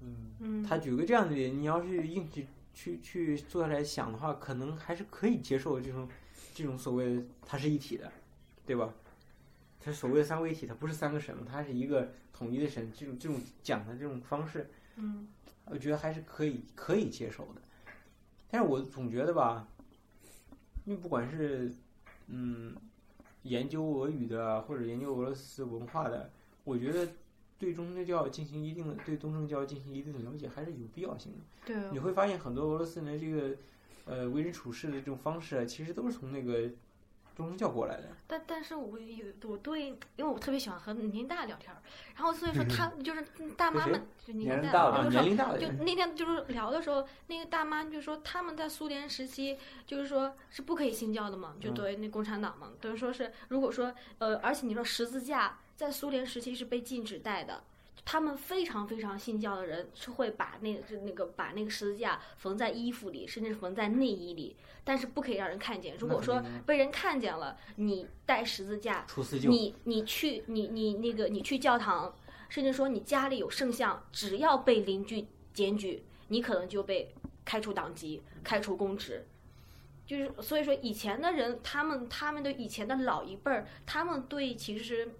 [SPEAKER 2] 嗯，
[SPEAKER 4] 嗯，
[SPEAKER 3] 他举个这样的例子，你要是硬去去去坐下来想的话，可能还是可以接受这种这种所谓的它是一体的，对吧？它所谓的三位一体，它不是三个省，它是一个统一的省，这种这种讲的这种方式，
[SPEAKER 4] 嗯
[SPEAKER 3] 我觉得还是可以可以接受的。但是我总觉得吧，因为不管是嗯研究俄语的，啊或者研究俄罗斯文化的，我觉得对东正教进行一定的对东正教进行一定的了解还是有必要性的。
[SPEAKER 4] 对哦
[SPEAKER 3] 你会发现很多俄罗斯人的这个呃为人处事的这种方式，啊，其实都是从那个中正教过来的。
[SPEAKER 4] 但但是我有我对，因为我特别喜欢和年龄大聊天儿，然后所以说他就是大妈们，就年
[SPEAKER 2] 年
[SPEAKER 4] 龄
[SPEAKER 2] 龄
[SPEAKER 4] 大
[SPEAKER 2] 大
[SPEAKER 4] 的，
[SPEAKER 2] 了
[SPEAKER 4] 比
[SPEAKER 3] 啊，
[SPEAKER 4] 如
[SPEAKER 3] 年
[SPEAKER 4] 说
[SPEAKER 3] 龄大的
[SPEAKER 4] 嗯就
[SPEAKER 3] 人，
[SPEAKER 4] 那天就是聊的时候，那个大妈就说他们在苏联时期就是说是不可以信教的嘛，就
[SPEAKER 2] 嗯
[SPEAKER 4] 作为那共产党嘛，等于说是如果说呃，而且你说十字架在苏联时期是被禁止戴的。他们非常非常信教的人是会把那就那个把那个十字架缝在衣服里，甚至缝在内衣里，但是不可以让人看见。如果说嗯
[SPEAKER 3] 那肯定啊
[SPEAKER 4] 被人看见了，你带十字架，
[SPEAKER 3] 处四就
[SPEAKER 4] 你你去你你那个你去教堂，甚至说你家里有圣像，只要被邻居检举，你可能就被开除党籍、开除公职。就是所以说，以前的人，他们他们对以前的老一辈儿，他们对其实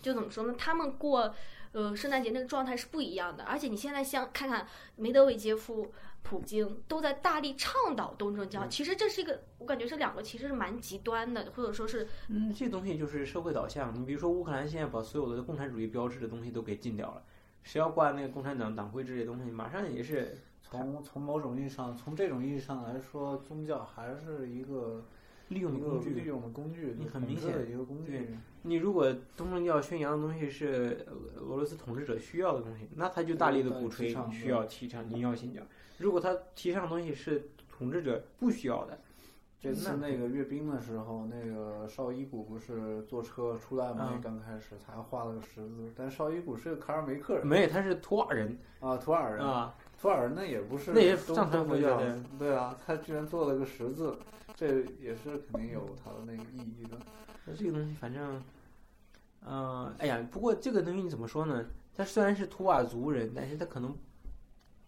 [SPEAKER 4] 就怎么说呢？他们过呃圣诞节那个状态是不一样的。而且你现在像看看梅德韦杰夫、普京都在大力倡导东正教，其实这是一个我感觉这两个其实是蛮极端的，或者说是
[SPEAKER 3] 嗯，这东西就是社会导向。你比如说，乌克兰现在把所有的共产主义标志的东西都给禁掉了，谁要挂那个共产党党徽之类的东西，马上也是
[SPEAKER 2] 从从某种意义上，从这种意义上来说，宗教还是一个
[SPEAKER 3] 利
[SPEAKER 2] 一
[SPEAKER 3] 用的
[SPEAKER 2] 个
[SPEAKER 3] 工
[SPEAKER 2] 利
[SPEAKER 3] 具。
[SPEAKER 2] 用的工具，
[SPEAKER 3] 你
[SPEAKER 2] 就
[SPEAKER 3] 很
[SPEAKER 2] 统
[SPEAKER 3] 明
[SPEAKER 2] 治
[SPEAKER 3] 显
[SPEAKER 2] 的一个工具。
[SPEAKER 3] 你如果东正教宣扬的东西是呃俄罗斯统治者需要的东西，那他就大力的鼓
[SPEAKER 2] 提
[SPEAKER 3] 吹
[SPEAKER 2] 倡
[SPEAKER 3] 需要提倡你要信教。如果他提倡的东西是统治者不需要的，
[SPEAKER 2] 这次
[SPEAKER 3] 那
[SPEAKER 2] 那个阅兵的时候，那个绍伊古不是坐车出来嘛？
[SPEAKER 3] 嗯
[SPEAKER 2] 刚开始他还画了个十字，但绍伊古是个卡尔梅克人
[SPEAKER 3] 没他是图尔人
[SPEAKER 2] 啊，图尔人，
[SPEAKER 3] 啊，
[SPEAKER 2] 图尔人那也不是
[SPEAKER 3] 那也是
[SPEAKER 2] 东
[SPEAKER 3] 藏传
[SPEAKER 2] 东
[SPEAKER 3] 佛
[SPEAKER 2] 正
[SPEAKER 3] 教
[SPEAKER 2] 教
[SPEAKER 3] 的
[SPEAKER 2] 对啊，他居然做了个十字，这也是肯定有它的那个意义的。
[SPEAKER 3] 那这个东西反正，嗯、哎呀，不过这个东西你怎么说呢？他虽然是图瓦族人，但是他可能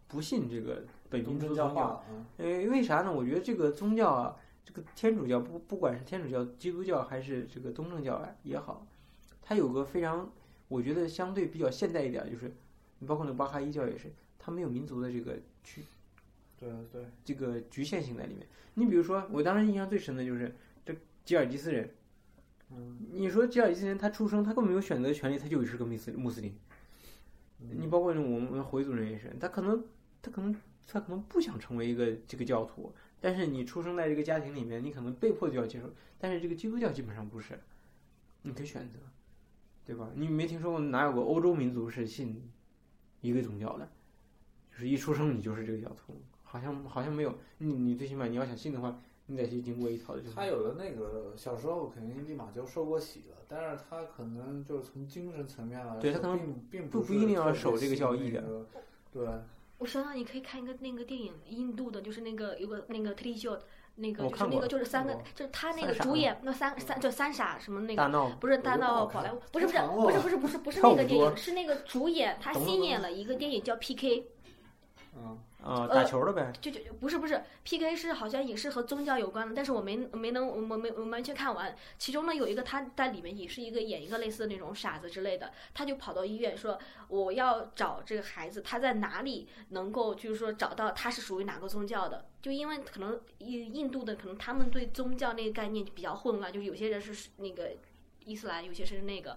[SPEAKER 3] 不信这个北
[SPEAKER 2] 东
[SPEAKER 3] 京宗
[SPEAKER 2] 正教
[SPEAKER 3] 教。
[SPEAKER 2] 化，嗯
[SPEAKER 3] 呃，为啥呢？我觉得这个宗教啊，这个天主教不不管是天主教、基督教还是这个东正教啊也好，它有个非常，我觉得相对比较现代一点，就是你包括那个巴哈伊教也是，它没有民族的这个区
[SPEAKER 2] 对对，
[SPEAKER 3] 这个局限性在里面。你比如说，我当时印象最深的就是这吉尔吉斯人，
[SPEAKER 2] 嗯，
[SPEAKER 3] 你说吉尔吉斯人他出生他根本没有选择权利，他就是个穆斯穆斯林。你包括我们回族人也是，他可能他可能他可能不想成为一个这个教徒，但是你出生在这个家庭里面，你可能被迫就要接受。但是这个基督教基本上不是，你可以选择，对吧？你没听说过哪有个欧洲民族是信一个宗教的，就是一出生你就是这个教徒，好像好像没有。你你最起码你要想信的话，你得去经过一套的这种。
[SPEAKER 2] 他有的那个小时候肯定立马就受过洗了，但是他可能就是从精神层面来说，
[SPEAKER 3] 对他可能
[SPEAKER 2] 并并
[SPEAKER 3] 不
[SPEAKER 2] 不
[SPEAKER 3] 不
[SPEAKER 2] 是
[SPEAKER 3] 一定要
[SPEAKER 2] 特别
[SPEAKER 3] 守这个
[SPEAKER 2] 信
[SPEAKER 3] 教义
[SPEAKER 2] 那
[SPEAKER 3] 的
[SPEAKER 2] 个，对，
[SPEAKER 4] 我想想，你可以看一个那个电影，印度的，就是那个有个那个 t r i s h o 那个
[SPEAKER 3] 我
[SPEAKER 4] 就是
[SPEAKER 3] 看
[SPEAKER 4] 那
[SPEAKER 3] 过
[SPEAKER 4] 个就是三个
[SPEAKER 2] 看过，
[SPEAKER 4] 就是他那
[SPEAKER 3] 三
[SPEAKER 4] 个
[SPEAKER 3] 傻
[SPEAKER 4] 主
[SPEAKER 3] 吗
[SPEAKER 4] 演那三三就三傻什么那
[SPEAKER 3] 大
[SPEAKER 4] 个，
[SPEAKER 3] 闹啊
[SPEAKER 4] 不是大闹
[SPEAKER 2] 我就不好
[SPEAKER 4] 宝莱坞，
[SPEAKER 2] 看
[SPEAKER 4] 不是不是
[SPEAKER 2] 太长了
[SPEAKER 4] 不是不是不是不是
[SPEAKER 3] 跳
[SPEAKER 4] 那
[SPEAKER 3] 舞
[SPEAKER 4] 个电
[SPEAKER 3] 多
[SPEAKER 4] 影，是那个主演他
[SPEAKER 3] 懂了
[SPEAKER 4] 新
[SPEAKER 3] 懂
[SPEAKER 4] 演了一个电影叫 PK，
[SPEAKER 2] 嗯，
[SPEAKER 3] 啊、
[SPEAKER 4] 呃
[SPEAKER 3] 打球的呗。
[SPEAKER 4] 就就不是不是 PK 是好像也是和宗教有关的，但是我没没能我没我完全看完。其中呢有一个他在里面也是一个演一个类似的那种傻子之类的，他就跑到医院说我要找这个孩子，他在哪里能够就是说找到他是属于哪个宗教的？就因为可能印印度的可能他们对宗教那个概念比较混乱，就是有些人是那个伊斯兰，有些是那个，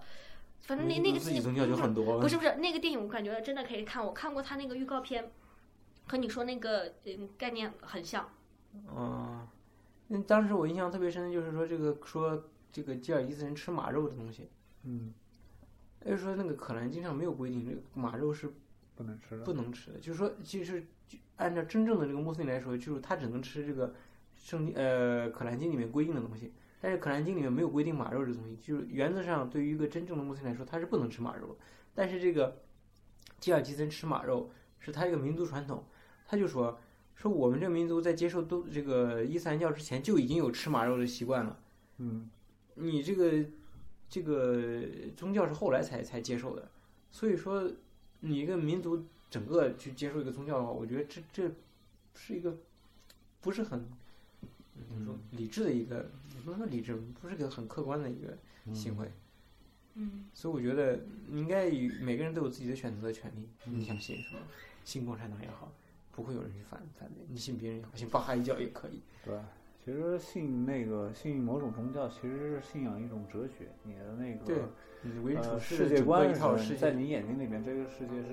[SPEAKER 4] 反正那那个
[SPEAKER 3] 自己宗教就很多，
[SPEAKER 4] 不是不是，那个电影我感觉真的可以看，我看过他那个预告片，和你说那个嗯概念很像。
[SPEAKER 3] 嗯，那当时我印象特别深的就是说这个说这个吉尔吉斯人吃马肉的东西，
[SPEAKER 2] 嗯，
[SPEAKER 3] 他就说那个可兰经上没有规定这个马肉是
[SPEAKER 2] 不能吃的，
[SPEAKER 3] 不能吃的，就是说其实就按照真正的这个穆斯林来说，就是他只能吃这个圣经呃可兰经里面规定的东西，但是可兰经里面没有规定马肉这东西，就是原则上对于一个真正的穆斯林来说，他是不能吃马肉的，但是这个吉尔吉斯人吃马肉是他一个民族传统，他就说。说我们这个民族在接受都这个伊斯兰教之前就已经有吃马肉的习惯了，
[SPEAKER 2] 嗯，
[SPEAKER 3] 你这个这个宗教是后来才才接受的，所以说你一个民族整个去接受一个宗教的话，我觉得这这是一个不是很怎
[SPEAKER 2] 嗯
[SPEAKER 3] 么说理智的一个，也不能说理智，不是个很客观的一个
[SPEAKER 2] 嗯
[SPEAKER 3] 行为。
[SPEAKER 4] 嗯，
[SPEAKER 3] 所以我觉得应该与每个人都有自己的选择的权利。
[SPEAKER 2] 嗯
[SPEAKER 3] 你想信什么，信共产党也好，不会有人去反反对；你信别人也好，信巴哈伊教也可以。
[SPEAKER 2] 对，其实信那个信某种宗教，其实是信仰一种哲学，你的那个
[SPEAKER 3] 对你嗯为人处
[SPEAKER 2] 呃
[SPEAKER 3] 事
[SPEAKER 2] 世
[SPEAKER 3] 的
[SPEAKER 2] 界
[SPEAKER 3] 整个
[SPEAKER 2] 观
[SPEAKER 3] 一
[SPEAKER 2] 是
[SPEAKER 3] 套
[SPEAKER 2] 什
[SPEAKER 3] 世
[SPEAKER 2] 么
[SPEAKER 3] 界
[SPEAKER 2] 在你眼睛里面，这个世界是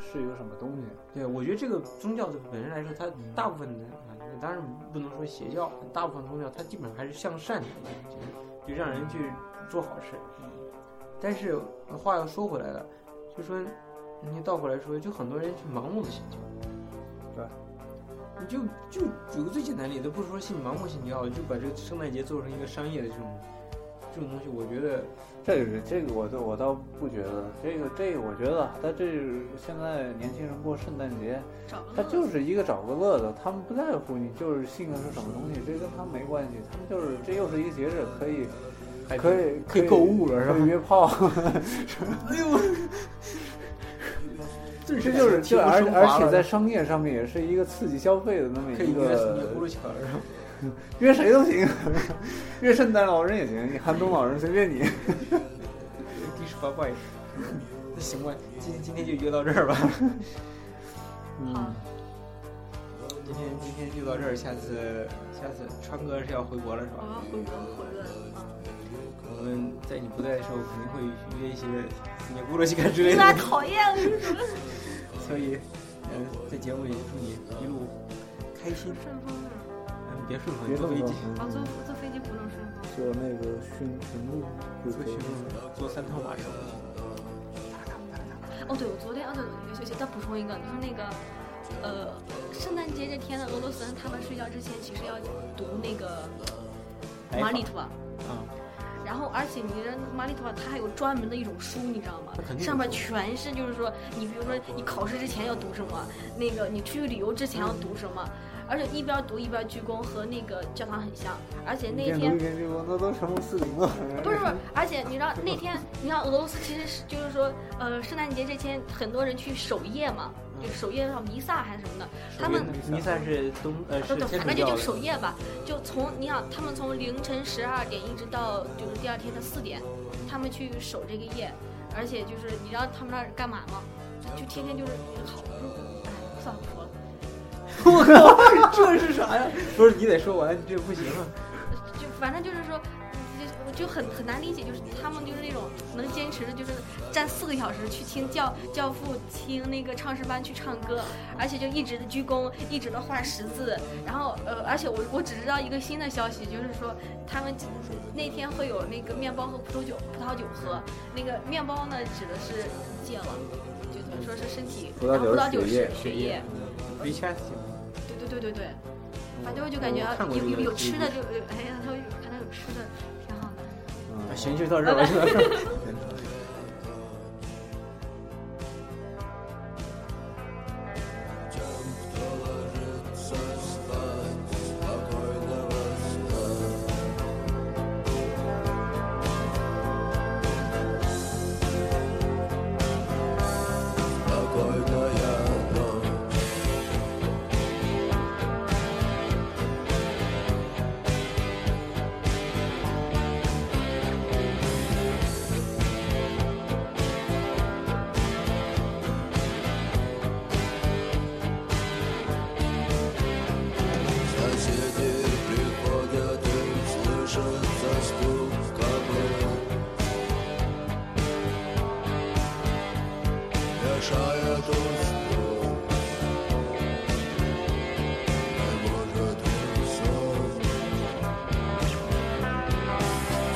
[SPEAKER 2] 是是一个什么东西？
[SPEAKER 3] 对，我觉得这个宗教的本身来说，它
[SPEAKER 2] 嗯
[SPEAKER 3] 大部分的啊，当然不能说邪教，大部分宗教它基本上还是向善的一个东西，就让人去做好事。
[SPEAKER 2] 嗯
[SPEAKER 3] 但是话又说回来了，就说你倒过来说，就很多人去盲目的信教。
[SPEAKER 2] 对。
[SPEAKER 3] 你就就举个最简单的例子，不是说信盲目信教，就把这个圣诞节做成一个商业的这种这种东西，我觉得
[SPEAKER 2] 这个这个我倒我倒不觉得，这个这个我觉得啊他这现在年轻人过圣诞节，
[SPEAKER 4] 找个
[SPEAKER 2] 他
[SPEAKER 4] 乐
[SPEAKER 2] 就
[SPEAKER 4] 子
[SPEAKER 2] 是一个找个乐子，他们不在乎你就是信的是什么东西，这跟他们没关系，他们就是这又是一个节日，可以
[SPEAKER 3] 还
[SPEAKER 2] 可以
[SPEAKER 3] 可以购物了，是吧
[SPEAKER 2] 可以？约 炮，
[SPEAKER 3] 哎呦，这
[SPEAKER 2] 这就是
[SPEAKER 3] 体
[SPEAKER 2] 这
[SPEAKER 3] 悟
[SPEAKER 2] 而
[SPEAKER 3] 升华
[SPEAKER 2] 而且
[SPEAKER 3] 了
[SPEAKER 2] 在商业上面也是一个刺激消费的那么
[SPEAKER 3] 可以
[SPEAKER 2] 一
[SPEAKER 3] 约
[SPEAKER 2] 个
[SPEAKER 3] 约，葫芦巧儿，然后
[SPEAKER 2] 约谁都行， 约圣诞老人也行，寒冬老人随便你。
[SPEAKER 3] 地十八怪。那行吧，今今天就约到这儿吧。
[SPEAKER 2] 嗯，
[SPEAKER 3] 今天今天就到这儿，下次下次川哥是要回国了是
[SPEAKER 4] 我
[SPEAKER 3] 吧？
[SPEAKER 4] 要哦回国回来了，
[SPEAKER 3] 我们在你不在的时候肯定会约一些你咕噜西卡之类
[SPEAKER 4] 嗯，
[SPEAKER 3] 的
[SPEAKER 4] 那，讨厌是什么
[SPEAKER 3] 所以嗯，在节目里祝你一路开心，
[SPEAKER 4] 顺风啊耳？
[SPEAKER 3] 嗯，别顺风，
[SPEAKER 2] 别这
[SPEAKER 3] 坐
[SPEAKER 2] 么
[SPEAKER 3] 飞
[SPEAKER 2] 多
[SPEAKER 3] 机，
[SPEAKER 4] 啊，坐
[SPEAKER 2] 嗯
[SPEAKER 4] 坐飞机不能顺风。
[SPEAKER 2] 做那个巡巡路，就是
[SPEAKER 3] 坐巡路，坐三趟马车。
[SPEAKER 4] 哦，对，我昨天啊，对，有学习再补充一个，就是那个，呃，圣诞节这天呢，俄罗斯人他们睡觉之前其实要读那个
[SPEAKER 3] 白
[SPEAKER 4] 马
[SPEAKER 3] 法
[SPEAKER 4] 里图瓦，
[SPEAKER 3] 啊，
[SPEAKER 4] 然后而且你这马里图瓦它还有专门的一种书，你知道吗
[SPEAKER 3] 那肯？定
[SPEAKER 4] 上面全是就是说，你比如说你考试之前要读什么，那个你去旅游之前要读什么，而且一边读一边鞠躬，和那个教堂很像，而且那
[SPEAKER 2] 一边
[SPEAKER 4] 天
[SPEAKER 2] 读一边就我那都成四零
[SPEAKER 3] 啊
[SPEAKER 2] 了。
[SPEAKER 4] 不是不是，而且你知道那天，你知道俄罗斯其实是就是说，呃，圣诞节这天很多人去守夜嘛，
[SPEAKER 3] 嗯
[SPEAKER 4] 就是守夜上弥撒还是什么的，他们啊
[SPEAKER 3] 弥撒是东呃
[SPEAKER 4] 都
[SPEAKER 3] 是
[SPEAKER 4] 都
[SPEAKER 3] 天
[SPEAKER 4] 反
[SPEAKER 3] 主
[SPEAKER 4] 正就
[SPEAKER 3] 教
[SPEAKER 4] 就
[SPEAKER 3] 的，
[SPEAKER 4] 守夜吧，就从你想他们从凌晨十二点一直到就是第二天的四点，他们去守这个夜，而且就是你知道他们那儿干嘛吗？就天天就是好，哎，算了不说了，
[SPEAKER 3] 我靠，这是啥呀？不是你得说完，这不行啊。
[SPEAKER 4] 就反正就是说。就就很很难理解，就是他们就是那种能坚持的，就是站四个小时去听教教父听那个唱诗班去唱歌，而且就一直的鞠躬，一直的画十字，然后呃，而且我我只知道一个新的消息，就是说他们那天会有那个面包和葡萄酒葡萄酒喝，那个面包呢指的是戒了，就等于说是身体，
[SPEAKER 2] 葡萄
[SPEAKER 4] 然后
[SPEAKER 2] 酒
[SPEAKER 4] 葡萄酒
[SPEAKER 2] 是血液
[SPEAKER 4] 是血液，
[SPEAKER 3] 维恰斯，
[SPEAKER 4] 对对对对对，反正
[SPEAKER 3] 我
[SPEAKER 4] 我就感觉啊
[SPEAKER 3] 嗯看过
[SPEAKER 4] 有
[SPEAKER 3] 这
[SPEAKER 4] 有
[SPEAKER 3] 个嗯
[SPEAKER 4] 有
[SPEAKER 3] 纪
[SPEAKER 4] 吃
[SPEAKER 3] 录
[SPEAKER 4] 的就有哎呀，他有看到有吃的挺好的。
[SPEAKER 2] 嗯，
[SPEAKER 3] 啊行，就到这儿吧，就 到这儿吧。
[SPEAKER 5] Спокойная ночь. Соседи приходят и слышится стук кобыл. мешает уснуть. А может и сон.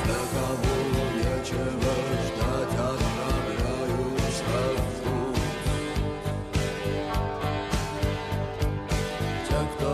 [SPEAKER 5] Для кого нечего ждать, отправляются в путь. Те, кто